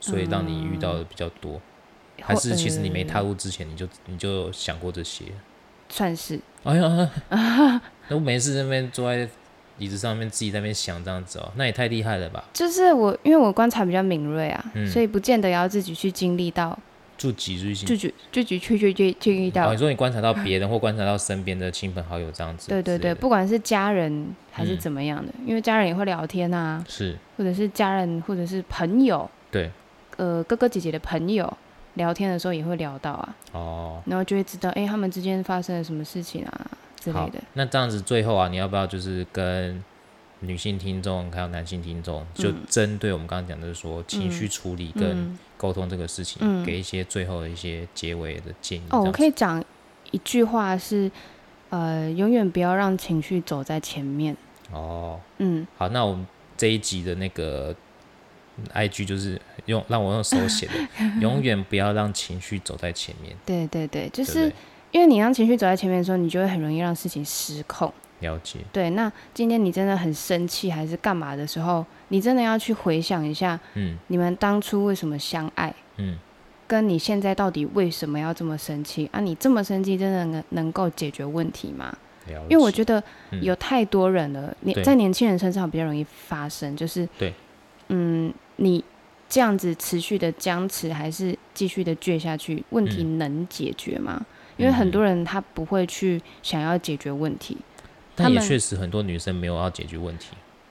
[SPEAKER 1] 所以让你遇到的比较
[SPEAKER 2] 嗯
[SPEAKER 1] 多，还是其实你
[SPEAKER 2] 呃
[SPEAKER 1] 没踏入之前你就你就想过这些？
[SPEAKER 2] 算是
[SPEAKER 1] 哎呀，都没事那边坐在椅子上面自己在那边想这样子哦，那也太厉害了吧？
[SPEAKER 2] 就是我，因为我观察比较敏锐啊，
[SPEAKER 1] 嗯
[SPEAKER 2] 所以不见得要自己去经历到，
[SPEAKER 1] 就几日性
[SPEAKER 2] 自己自己去去去去遇
[SPEAKER 1] 哦，
[SPEAKER 2] 到
[SPEAKER 1] 你。说你观察到别人或观察到身边的亲朋好友这样子，嗯
[SPEAKER 2] 对对对，，不管是家人还是怎么样的，因为家人也会聊天啊，
[SPEAKER 1] 是
[SPEAKER 2] 或者是家人或者是朋友，
[SPEAKER 1] 对
[SPEAKER 2] 呃，哥哥姐姐的朋友聊天的时候也会聊到啊，
[SPEAKER 1] 哦。
[SPEAKER 2] 然后就会知道，哎、他们之间发生了什么事情啊之类
[SPEAKER 1] 好
[SPEAKER 2] 的。，
[SPEAKER 1] 那这样子最后啊，你要不要就是跟女性听众还有男性听众，就针对我们刚刚讲的是说情绪处理跟
[SPEAKER 2] 嗯，
[SPEAKER 1] 沟通这个事情，
[SPEAKER 2] 嗯
[SPEAKER 1] 给一些最后的一些结尾的建议？
[SPEAKER 2] 哦，我可
[SPEAKER 1] 以，
[SPEAKER 2] 以讲一句话是，呃，永远不要让情绪走在前面。
[SPEAKER 1] 哦，
[SPEAKER 2] 嗯，
[SPEAKER 1] 好，那我们这一集的那个 IG 就是用让我用手写
[SPEAKER 2] [LAUGHS]
[SPEAKER 1] 的，永远不要让情绪走在前面，
[SPEAKER 2] 对对对，
[SPEAKER 1] 对
[SPEAKER 2] 就
[SPEAKER 1] 不
[SPEAKER 2] 是
[SPEAKER 1] 对？
[SPEAKER 2] 因为你让情绪走在前面的时候，你就会很容易让事情失控。
[SPEAKER 1] 了解，
[SPEAKER 2] 对，那今天你真的很生气还是干嘛的时候，你真的要去回想一下，
[SPEAKER 1] 嗯
[SPEAKER 2] 你们当初为什么相爱，
[SPEAKER 1] 嗯，
[SPEAKER 2] 跟你现在到底为什么要这么生气啊？你这么生气，真的能能够解决问题吗？
[SPEAKER 1] 了解，
[SPEAKER 2] 因为我觉得
[SPEAKER 1] 嗯
[SPEAKER 2] 有太多人了，年、
[SPEAKER 1] 对
[SPEAKER 2] 在年轻人身上比较容易发生，就是
[SPEAKER 1] 对，
[SPEAKER 2] 嗯，你这样子持续的僵持，还是继续的倔下去，问题
[SPEAKER 1] 嗯
[SPEAKER 2] 能解决吗？因为很多人他不会去想要解决问题，
[SPEAKER 1] 但
[SPEAKER 2] 他
[SPEAKER 1] 也
[SPEAKER 2] 们
[SPEAKER 1] 确实很多女生没有要解决问题，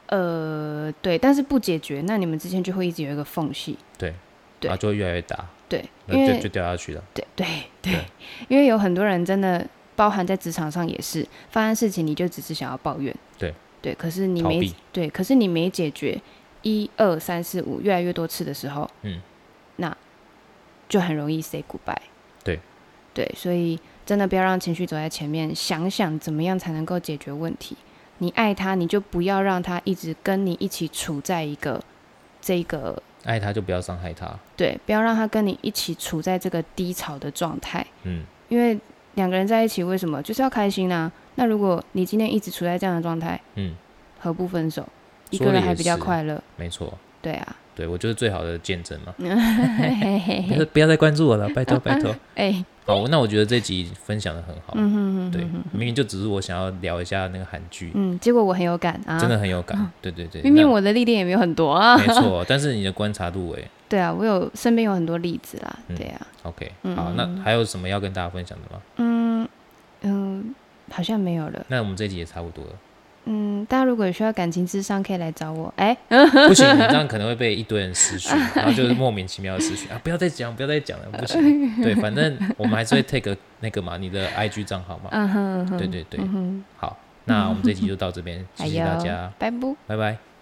[SPEAKER 2] 呃，对，但是不解决，那你们之间就会一直有一个缝隙，对
[SPEAKER 1] 然后就会越来越大，
[SPEAKER 2] 对，
[SPEAKER 1] 那
[SPEAKER 2] 因
[SPEAKER 1] 就
[SPEAKER 2] 为
[SPEAKER 1] 就掉下去了，
[SPEAKER 2] 对对
[SPEAKER 1] 对
[SPEAKER 2] 对，因为有很多人真的包含在职场上也是，发生事情你就只是想要抱怨，
[SPEAKER 1] 对
[SPEAKER 2] 对，可是你
[SPEAKER 1] 逃
[SPEAKER 2] 没
[SPEAKER 1] 避
[SPEAKER 2] 对，可是你没解决一二三四五越来越多次的时候，
[SPEAKER 1] 嗯，
[SPEAKER 2] 那就很容易 say goodbye，
[SPEAKER 1] 对
[SPEAKER 2] 对，所以真的不要让情绪走在前面，想想怎么样才能够解决问题。你爱他，你就不要让他一直跟你一起处在一个这个
[SPEAKER 1] 爱她就不要伤害她，
[SPEAKER 2] 对，不要让他跟你一起处在这个低潮的状态。
[SPEAKER 1] 嗯，
[SPEAKER 2] 因为两个人在一起，为什么就是要开心啊？那如果你今天一直处在这样的状态，
[SPEAKER 1] 嗯，
[SPEAKER 2] 何不分手？一
[SPEAKER 1] 说
[SPEAKER 2] 个
[SPEAKER 1] 得
[SPEAKER 2] 人
[SPEAKER 1] 也
[SPEAKER 2] 还比较
[SPEAKER 1] 是
[SPEAKER 2] 快乐，
[SPEAKER 1] 没错，
[SPEAKER 2] 对啊。
[SPEAKER 1] 对我就是最好的见证嘛，
[SPEAKER 2] 嘿 [LAUGHS] 嘿嘿
[SPEAKER 1] 不
[SPEAKER 2] 嘿
[SPEAKER 1] 要不要再关注我了，拜
[SPEAKER 2] [LAUGHS]
[SPEAKER 1] 托拜托。
[SPEAKER 2] 哎，
[SPEAKER 1] 好，那我觉得这集分享的很好，
[SPEAKER 2] 嗯哼哼，
[SPEAKER 1] 哦对
[SPEAKER 2] 哼，哼
[SPEAKER 1] 明明就只是我想要聊一下那个韩剧，
[SPEAKER 2] 嗯，结果我很有感啊，
[SPEAKER 1] 真的，很有感，对对对，
[SPEAKER 2] 明明
[SPEAKER 1] 那
[SPEAKER 2] 我的历练也没有很多啊，
[SPEAKER 1] 没错，但是你的观察度哎
[SPEAKER 2] 对啊，我有身边有很多例子啦，
[SPEAKER 1] 嗯
[SPEAKER 2] 对啊，
[SPEAKER 1] ，OK，
[SPEAKER 2] [LAUGHS] 嗯
[SPEAKER 1] 好，那还有什么要跟大家分享的吗？
[SPEAKER 2] 嗯嗯，好像没有了，
[SPEAKER 1] 那我们这集也差不多了，
[SPEAKER 2] 嗯，大家如果有需要感情智商，可以来找我，哎，
[SPEAKER 1] 不行，你这样可能会被一堆人失
[SPEAKER 2] [LAUGHS]
[SPEAKER 1] 去，然后就是莫名其妙的失去啊！不要再讲，不要再讲了，不
[SPEAKER 2] [LAUGHS]
[SPEAKER 1] 行，对，反正我们还是会 take 那个嘛，你的 IG 账号嘛，
[SPEAKER 2] 嗯哼嗯哼，
[SPEAKER 1] 对对对，
[SPEAKER 2] 嗯哼，
[SPEAKER 1] 好，那我们这集就到这边，
[SPEAKER 2] 哎
[SPEAKER 1] 谢谢
[SPEAKER 2] 呦
[SPEAKER 1] 大家，，
[SPEAKER 2] 拜拜。
[SPEAKER 1] 拜拜。